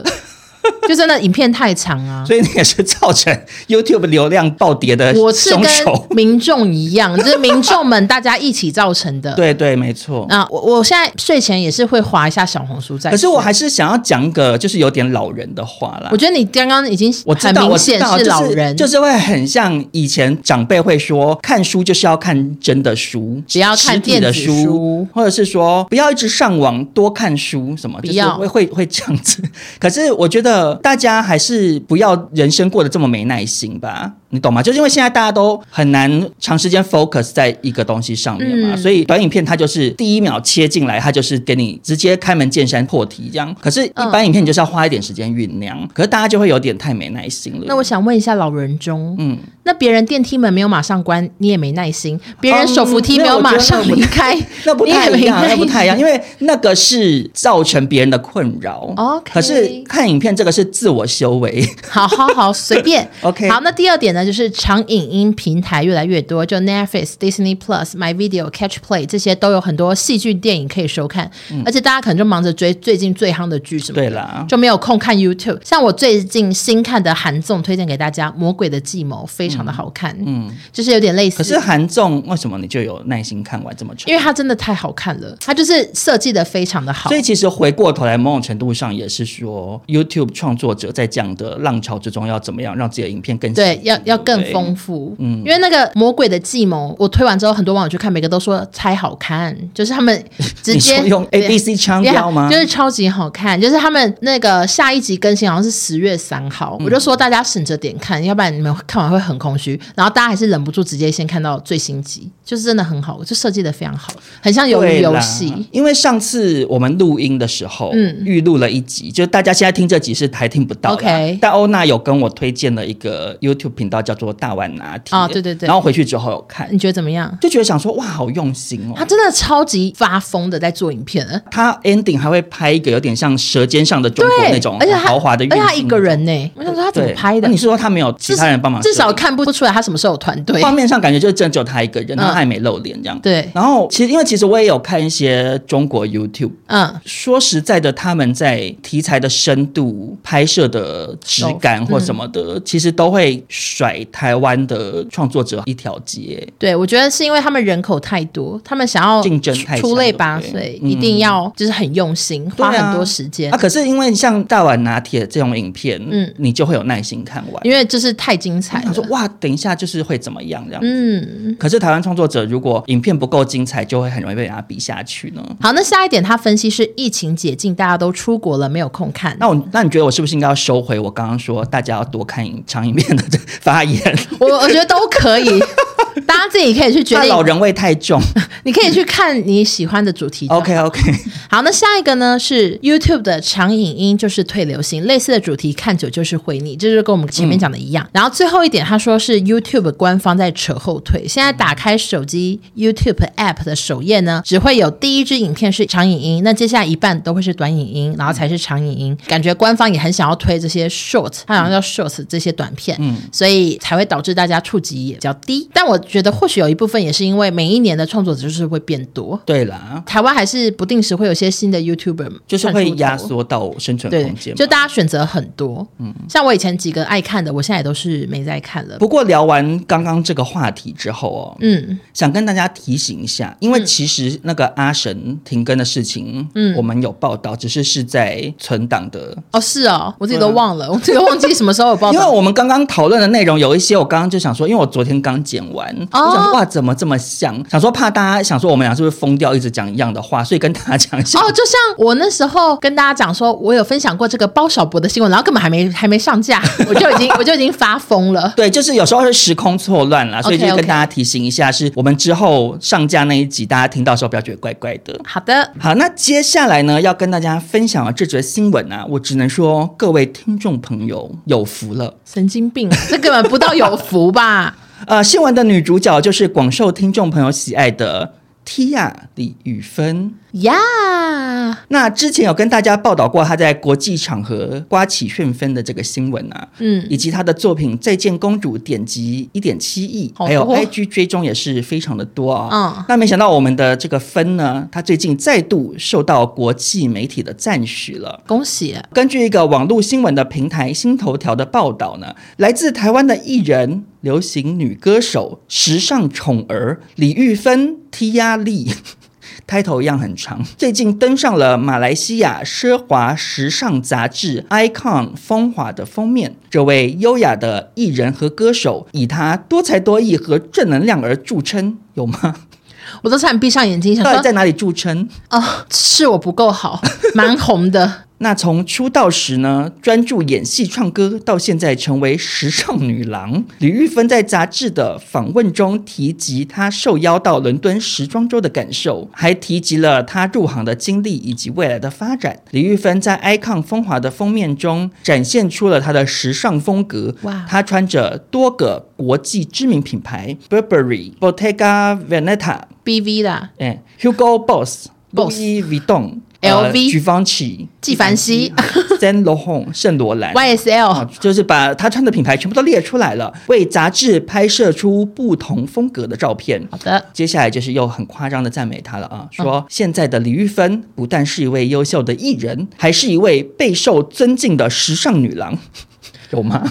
Speaker 3: 就真的影片太长啊。
Speaker 2: 所以你也是造成 YouTube 流量暴跌的
Speaker 3: 我是
Speaker 2: 凶
Speaker 3: 跟
Speaker 2: 手。 [LAUGHS]
Speaker 3: 民众一样，就是民众们大家一起造成的。
Speaker 2: [LAUGHS] 对对，没错。
Speaker 3: 啊，我我现在睡前也是会划一下小红书在。
Speaker 2: 可是我还是想要讲个就是有点老人的话啦
Speaker 3: 我。觉得你刚刚已经
Speaker 2: 我知
Speaker 3: 很
Speaker 2: 道，
Speaker 3: 明
Speaker 2: 我知
Speaker 3: 显
Speaker 2: 道，
Speaker 3: 是老人，
Speaker 2: 就是，就是会很像以前长辈会说，看书就是要看真的书，
Speaker 3: 不要看
Speaker 2: 实体的
Speaker 3: 电子书
Speaker 2: 或者是说不要一直上网，多看书什么，
Speaker 3: 不
Speaker 2: 就是
Speaker 3: 要
Speaker 2: 会会会这样子。可是我觉得大家还是不要人生过得这么没耐心吧，你懂吗？就是因为现在大家都很难长时间 focus 在一个东西上面嘛，
Speaker 3: 嗯
Speaker 2: 所以短影片它就是第一秒切进来，它就是给你直接开门见山破题这样。可是，一
Speaker 3: 嗯
Speaker 2: 般影片你就是要花一点时间酝酿，可是大家就会有点太没耐心了。
Speaker 3: 那我想问一下老人中，
Speaker 2: 嗯，
Speaker 3: 那别人电梯门没有马上关，你也没耐心；别人手扶梯没有马上离开，
Speaker 2: 哦那不
Speaker 3: 你也
Speaker 2: 太一
Speaker 3: 没
Speaker 2: 样，
Speaker 3: 耐
Speaker 2: 那
Speaker 3: 心。
Speaker 2: 不太一样，因为那个是造成别人的困扰。
Speaker 3: OK
Speaker 2: 可是看影片这个是自我
Speaker 3: [LAUGHS]
Speaker 2: 修为。
Speaker 3: [LAUGHS] 好好好，随便。
Speaker 2: [LAUGHS] OK
Speaker 3: 好，那第二点呢，就是长影音平台越来越多，就 Netflix、Disney Plus、My Video、Catch Play 这些都有很多戏剧电影可以收看，而且大家可能就忙着追最近最夯的剧什么的
Speaker 2: 嗯对啦
Speaker 3: 就没有空看 YouTube。像我最近新看的韩综，推荐给大家《魔鬼的计谋》，非常的好看，嗯，就是有点类似。
Speaker 2: 可是韩综为什么你就有耐心看完这么长？
Speaker 3: 因为它真的太好看了，它就是设计的非常的好
Speaker 2: 所。以其实回过头来，某种程度上也是说，YouTube 创作者在这样的浪潮之中，要怎么样让自己的影片更
Speaker 3: 对，要要更丰
Speaker 2: 丰
Speaker 3: 富，嗯，因为那个《魔鬼的计谋》，我推完之后，很多网友去看，每个都说超好看，就是他
Speaker 2: [LAUGHS]
Speaker 3: 们直
Speaker 2: 你
Speaker 3: 接
Speaker 2: 说用 A B C 枪标吗
Speaker 3: Yeah，就是超级好看，就是他们那个下一集更新好像是十月三号，
Speaker 2: 嗯
Speaker 3: 我就说大家省着点看，要不然你们看完会很空虚。然后大家还是忍不住直接先看到最新集，就是真的很好，就设计的非常好，很像鱿
Speaker 2: 对
Speaker 3: 鱼游
Speaker 2: 啦
Speaker 3: 戏。
Speaker 2: 因为上次我们录音的时候，
Speaker 3: 嗯
Speaker 2: 嗯，预录了一集，就大家现在听这集是还听不到啦
Speaker 3: OK
Speaker 2: 但欧娜有跟我推荐了一个 YouTube 频道，叫做大碗拿铁
Speaker 3: 啊对对对
Speaker 2: 然后回去之后有看
Speaker 3: 你，觉得怎么样？
Speaker 2: 就觉得想说哇，好用心哦
Speaker 3: 嗯他。真的超级发疯的在做影片了，
Speaker 2: 他 ending 还会拍一个有点像《舌尖上的中国》那种
Speaker 3: 而且他
Speaker 2: 豪华
Speaker 3: 而
Speaker 2: 的运
Speaker 3: 且
Speaker 2: 镜，
Speaker 3: 他一个人呢、嗯我想说他怎么
Speaker 2: 对
Speaker 3: 拍的
Speaker 2: 那你？是说他没有其他人帮忙摄
Speaker 3: 至
Speaker 2: 影？
Speaker 3: 少看不出来他什么时候有团队。
Speaker 2: 画面上感觉就是真的只有他一个人，然后
Speaker 3: 嗯
Speaker 2: 他也没露脸这样。
Speaker 3: 对，
Speaker 2: 然后其实因为其实我也有看一些中国 YouTube。
Speaker 3: 嗯，
Speaker 2: 说实在的，他们在题材的深度、拍摄的质感或什么的，
Speaker 3: 嗯
Speaker 2: 其实都会甩台湾的创作者一条街。
Speaker 3: 对，我觉得是因为他们人口太多，他们想要
Speaker 2: 竞争太
Speaker 3: 出
Speaker 2: 强
Speaker 3: 类
Speaker 2: 了
Speaker 3: 拔
Speaker 2: 对
Speaker 3: 萃，
Speaker 2: 嗯
Speaker 3: 一定要就是很用心，花
Speaker 2: 对啊
Speaker 3: 很多时间
Speaker 2: 啊，。可是因为像大碗拿铁这种影片，
Speaker 3: 嗯
Speaker 2: 嗯，你就会有耐心看完。
Speaker 3: 因为就是太精彩
Speaker 2: 想说
Speaker 3: 了。
Speaker 2: 哇，等一下就是会怎么样这样。
Speaker 3: 嗯，
Speaker 2: 可是台湾创作者如果影片不够精彩，就会很容易被人家比下去呢。
Speaker 3: 好，那下一点他分析是疫情解禁，大家都出国了，没有空看。
Speaker 2: 那我那你觉得我是不是应该要收回我刚刚说大家要多看影长影片的这发言？
Speaker 3: 我我觉得都可
Speaker 2: [LAUGHS]
Speaker 3: 以，大家自己可以去决
Speaker 2: 怕
Speaker 3: 定。
Speaker 2: 老人味太重。
Speaker 3: 你可以去看你喜欢的主题就好。
Speaker 2: OK OK。
Speaker 3: 好，那下一个呢是 YouTube 的长影音，就是退流行，类似的主题看久就是会腻，这就是跟我们前面讲的一样。然后最后一点，他说是 YouTube 官方在扯后腿，现在打开手机 YouTube App 的首页呢，只会有第一支影片是长影音，那接下来一半都会是短影音，然后才是长影音。感觉官方也很想要推这些 Short，它好像叫 Short 这些短片，嗯，所以才会导致大家触及也比较低。但我觉得或许有一部分也是因为每一年的创作者就是会变多，
Speaker 2: 对啦，
Speaker 3: 台湾还是不定时会有一些新的 YouTuber
Speaker 2: 就是
Speaker 3: 窜
Speaker 2: 会
Speaker 3: 出头
Speaker 2: 压。缩到生存
Speaker 3: 对
Speaker 2: 空间，嘛。
Speaker 3: 就大家选择很多，嗯，像我以前几个爱看的，我现在也都是没在看了。
Speaker 2: 不过聊完刚刚这个话题之后哦，
Speaker 3: 嗯，
Speaker 2: 想跟大家提醒一下，因为其实那个阿神停更的事情，嗯，我们有报道，只是是在存档的，
Speaker 3: 哦，是哦，我自己都忘了，我自己都忘记什么时候有报
Speaker 2: 啊 [LAUGHS] 因为
Speaker 3: 道。
Speaker 2: 我们刚刚讨论的内容有一些，我刚刚就想说，因为我昨天刚剪完，
Speaker 3: 哦
Speaker 2: 我想说哇，怎么这么像？想说怕大家想说我们俩是不是疯掉，一直讲一样的话，所以跟大家讲一下。
Speaker 3: 哦，就像我那时候跟大家讲说，我有分享过这个包小博的新闻，然后根本还没还没上架， [LAUGHS] 我就已经我就已经发疯了。
Speaker 2: 对，就是有时候是时空错乱啦，所以就
Speaker 3: OK，OK
Speaker 2: 跟大家提醒一下，是我们之后上架那一集，大家听到的时候不要觉得怪怪的。
Speaker 3: 好的，
Speaker 2: 好，那接下来呢，要跟大家分享的这则新闻啊，我只能说各位听众朋友有福了。
Speaker 3: 神经病， [LAUGHS] 这根本不到有福吧？
Speaker 2: 呃，新闻的女主角就是广受听众朋友喜爱的 Tia 李宇芬。
Speaker 3: 呀、
Speaker 2: 那之前有跟大家报道过她在国际场合刮起旋风的这个新闻啊，
Speaker 3: 嗯，
Speaker 2: 以及她的作品《再见公主》点击一点七亿，
Speaker 3: 好多
Speaker 2: 还有 IG 追踪也是非常的多啊、
Speaker 3: 嗯
Speaker 2: 那没想到我们的这个芬呢，她最近再度受到国际媒体的赞许了。
Speaker 3: 恭喜，
Speaker 2: 根据一个网络新闻的平台新头条的报道呢，来自台湾的艺人、流行女歌手、时尚宠儿李玉芬 Tia Lee。开 [LAUGHS] 头一样很长，最近登上了马来西亚奢华时尚杂志《Icon 风华》的封面。这位优雅的艺人和歌手，以他多才多艺和正能量而著称，有吗？
Speaker 3: 我都差点闭上眼睛想
Speaker 2: 到底
Speaker 3: 说，
Speaker 2: [LAUGHS] 在哪里著称？
Speaker 3: 哦，是我不够好，蛮红的，
Speaker 2: 那从出道时呢，专注演戏、唱歌，到现在成为时尚女郎。李玉芬在杂志的访问中提及她受邀到伦敦时装周的感受，还提及了她入行的经历以及未来的发展。李玉芬在《Icon 风华》的封面中展现出了她的时尚风格。
Speaker 3: 哇
Speaker 2: 她穿着多个国际知名品牌，Burberry、Bottega Veneta、
Speaker 3: BV 啦，
Speaker 2: 哎，Hugo Boss、
Speaker 3: Boss
Speaker 2: Louis Vuitton、
Speaker 3: LV
Speaker 2: 呃 Givenchy、
Speaker 3: 纪凡 [LAUGHS] 希、
Speaker 2: 哎 [LAUGHS] Saint Laurent、圣罗兰。啊
Speaker 3: YSL，，
Speaker 2: 就是把他穿的品牌全部都列出来了，为杂志拍摄出不同风格的照片。
Speaker 3: 好的，
Speaker 2: 接下来就是又很夸张的赞美他了
Speaker 3: 嗯
Speaker 2: 啊，说现在的李玉芬不但是一位优秀的艺人，还是一位备受尊敬的时尚女郎， [LAUGHS] 有吗？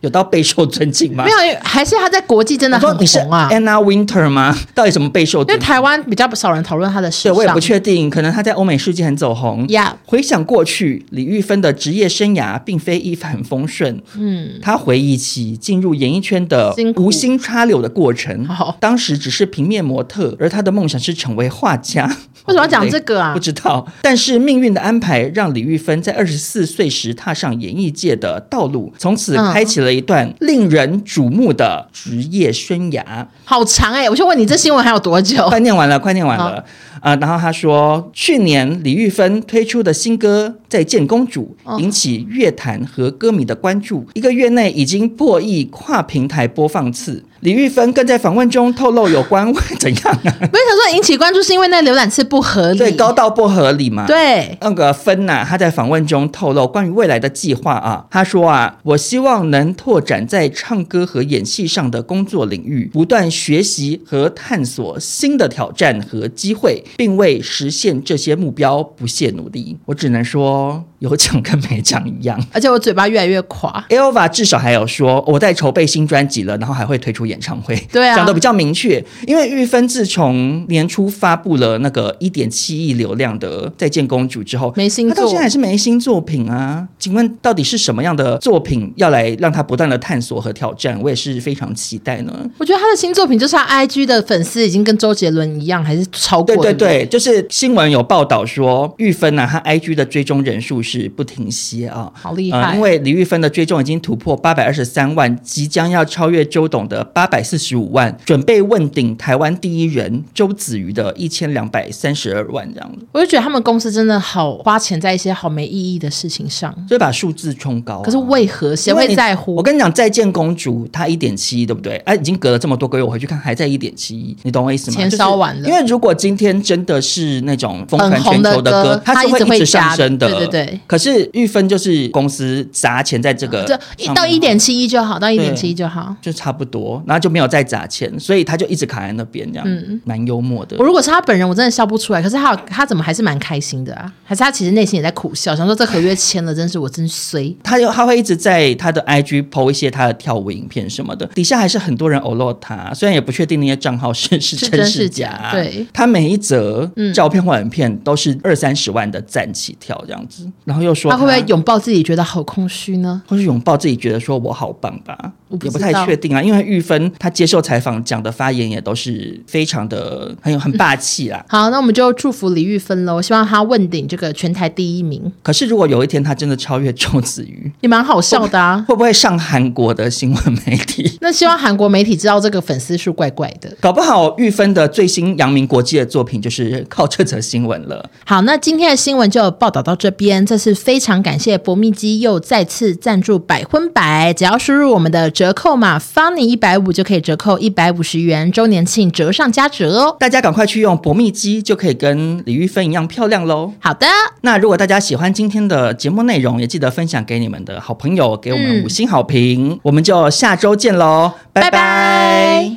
Speaker 2: 有到备受尊敬吗
Speaker 3: 没？有，还是他在国际真的
Speaker 2: 你啊说
Speaker 3: 很
Speaker 2: 你是
Speaker 3: 红啊，
Speaker 2: Anna Winter 吗？到底什么备受
Speaker 3: 因为
Speaker 2: 尊敬？
Speaker 3: 台湾比较少人讨论他的时
Speaker 2: 对，
Speaker 3: 尚，
Speaker 2: 我也不确定，可能他在欧美世界很走红。
Speaker 3: 呀
Speaker 2: 回想过去，李玉芬的职业生涯并非一帆风顺。嗯，她回忆起进入演艺圈的
Speaker 3: 辛苦
Speaker 2: 无心插柳的过程
Speaker 3: 好，
Speaker 2: 当时只是平面模特，而她的梦想是成为画家。
Speaker 3: [LAUGHS] 为什么要讲这个啊
Speaker 2: [LAUGHS] 不知道。但是命运的安排让李玉芬在二十四岁时踏上演艺界的道路，从此
Speaker 3: 嗯
Speaker 2: 开启了一段令人瞩目的职业生涯。
Speaker 3: 好长哎、我就问你这新闻还有多久？
Speaker 2: 快念完了，快念完了。啊、然后他说，去年李玉芬推出的新歌《再见公主》引起乐坛和歌迷的关注，一个月内已经破亿跨平台播放次。李玉芬更在访问中透露有关 [LAUGHS] 怎样啊？
Speaker 3: 我也想说引起关注是因为那浏览次不合理，
Speaker 2: 对，高到不合理嘛？。
Speaker 3: 对
Speaker 2: 那个芬呐、她在访问中透露关于未来的计划啊，她说啊，我希望能拓展在唱歌和演戏上的工作领域，不断学习和探索新的挑战和机会，并为实现这些目标不懈努力。我只能说，有奖跟没奖一样。
Speaker 3: 而且我嘴巴越来越垮，
Speaker 2: Elva 至少还有说我在筹备新专辑了，然后还会推出演唱会，
Speaker 3: 对啊
Speaker 2: 讲的比较明确。因为玉芬自从年初发布了那个一点七亿流量的《再见公主》之后，
Speaker 3: 没新
Speaker 2: 她到
Speaker 3: 作
Speaker 2: 现在还是没新作品啊。请问到底是什么样的作品要来让她不断的探索和挑战？我也是非常期待呢。
Speaker 3: 我觉得他的新作品就是他 IG 的粉丝已经跟周杰伦一样，还是超过
Speaker 2: 对对
Speaker 3: 不对
Speaker 2: 对，就是新闻有报道说，玉芬呢、她 IG 的追踪人数是不停歇啊，
Speaker 3: 好厉
Speaker 2: 呃
Speaker 3: 害
Speaker 2: 因为李玉芬的追踪已经突破八百二十三万，即将要超越周董的八百四十五万，准备问鼎台湾第一人周子瑜的一千两百三十二万这样子，
Speaker 3: 我就觉得他们公司真的好花钱在一些好没意义的事情上，
Speaker 2: 所以把数字冲高啊、
Speaker 3: 可是为何谁
Speaker 2: 哦因为
Speaker 3: 会
Speaker 2: 你
Speaker 3: 在乎？
Speaker 2: 我跟你讲，《再见公主》她一点七，对不对？哎、已经隔了这么多个月，我回去看还在一点七，你懂我意思吗？
Speaker 3: 钱
Speaker 2: 就是
Speaker 3: 烧完了
Speaker 2: 因为如果今天真的是那种风
Speaker 3: 很
Speaker 2: 传
Speaker 3: 红
Speaker 2: 全
Speaker 3: 的
Speaker 2: 球的
Speaker 3: 歌
Speaker 2: 歌，它
Speaker 3: 它
Speaker 2: 是
Speaker 3: 一直
Speaker 2: 会一
Speaker 3: 会
Speaker 2: 直上
Speaker 3: 加
Speaker 2: 升的。
Speaker 3: 对对对对，
Speaker 2: 可是玉芬就是公司砸钱在这个
Speaker 3: 这
Speaker 2: 呃上
Speaker 3: 一
Speaker 2: 面
Speaker 3: 到一点七一就好，到一
Speaker 2: 对
Speaker 3: 点七一就好。
Speaker 2: 就差不多，然后就没有再砸钱，所以他就一直卡在那边这样，
Speaker 3: 嗯
Speaker 2: 蛮幽默的
Speaker 3: 我。如果是他本人，我真的笑不出来。可是他有他怎么还是蛮开心的啊？还是他其实内心也在苦笑，想说这合约签了，真是我真衰。
Speaker 2: 他有他会一直在他的 IG PO 一些他的跳舞影片什么的，底下还是很多人偶落他，虽然也不确定那些账号是是
Speaker 3: 是
Speaker 2: 真
Speaker 3: 真
Speaker 2: 是
Speaker 3: 是
Speaker 2: 假
Speaker 3: 假。对，嗯
Speaker 2: 他每一则照片或影片都是二三十万的赞起跳这样子，然后又说
Speaker 3: 他会不会拥抱自己，觉得好空虚呢？
Speaker 2: 或是拥抱自己，觉得说我好棒吧，
Speaker 3: 我不
Speaker 2: 也不
Speaker 3: 知
Speaker 2: 太
Speaker 3: 道
Speaker 2: 确定啊。因为玉芬她接受采访讲的发言也都是非常的很有很霸气啦。 [LAUGHS]
Speaker 3: 好，那我们就祝福李玉芬喽，希望她问鼎这个全台第一名，
Speaker 2: 可是如果有一天她真的超越周子瑜，
Speaker 3: 也蛮好笑的
Speaker 2: [LAUGHS]
Speaker 3: 啊。
Speaker 2: 会不会上韩国的新闻媒体？
Speaker 3: 那希望韩国媒体知道这个粉丝数怪怪的。
Speaker 2: 搞不好玉芬的最新扬名国际的作品就是靠这则新闻了。
Speaker 3: 好，那今天的新闻就报道到这边。这次非常感谢博蜜机又再次赞助百分百，只要输入我们的折扣码 “funny 一百五”就可以折扣一百五十元，周年庆折上加折哦。
Speaker 2: 大家赶快去用博蜜机，就可以跟李玉芬一样漂亮喽。
Speaker 3: 好的，
Speaker 2: 那如果大家喜欢今天的节目内容，也记得分享给你们的好朋友，给我们
Speaker 3: 嗯
Speaker 2: 五星好评。我们就下周见喽，拜拜。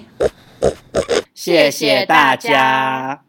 Speaker 1: 谢谢大家。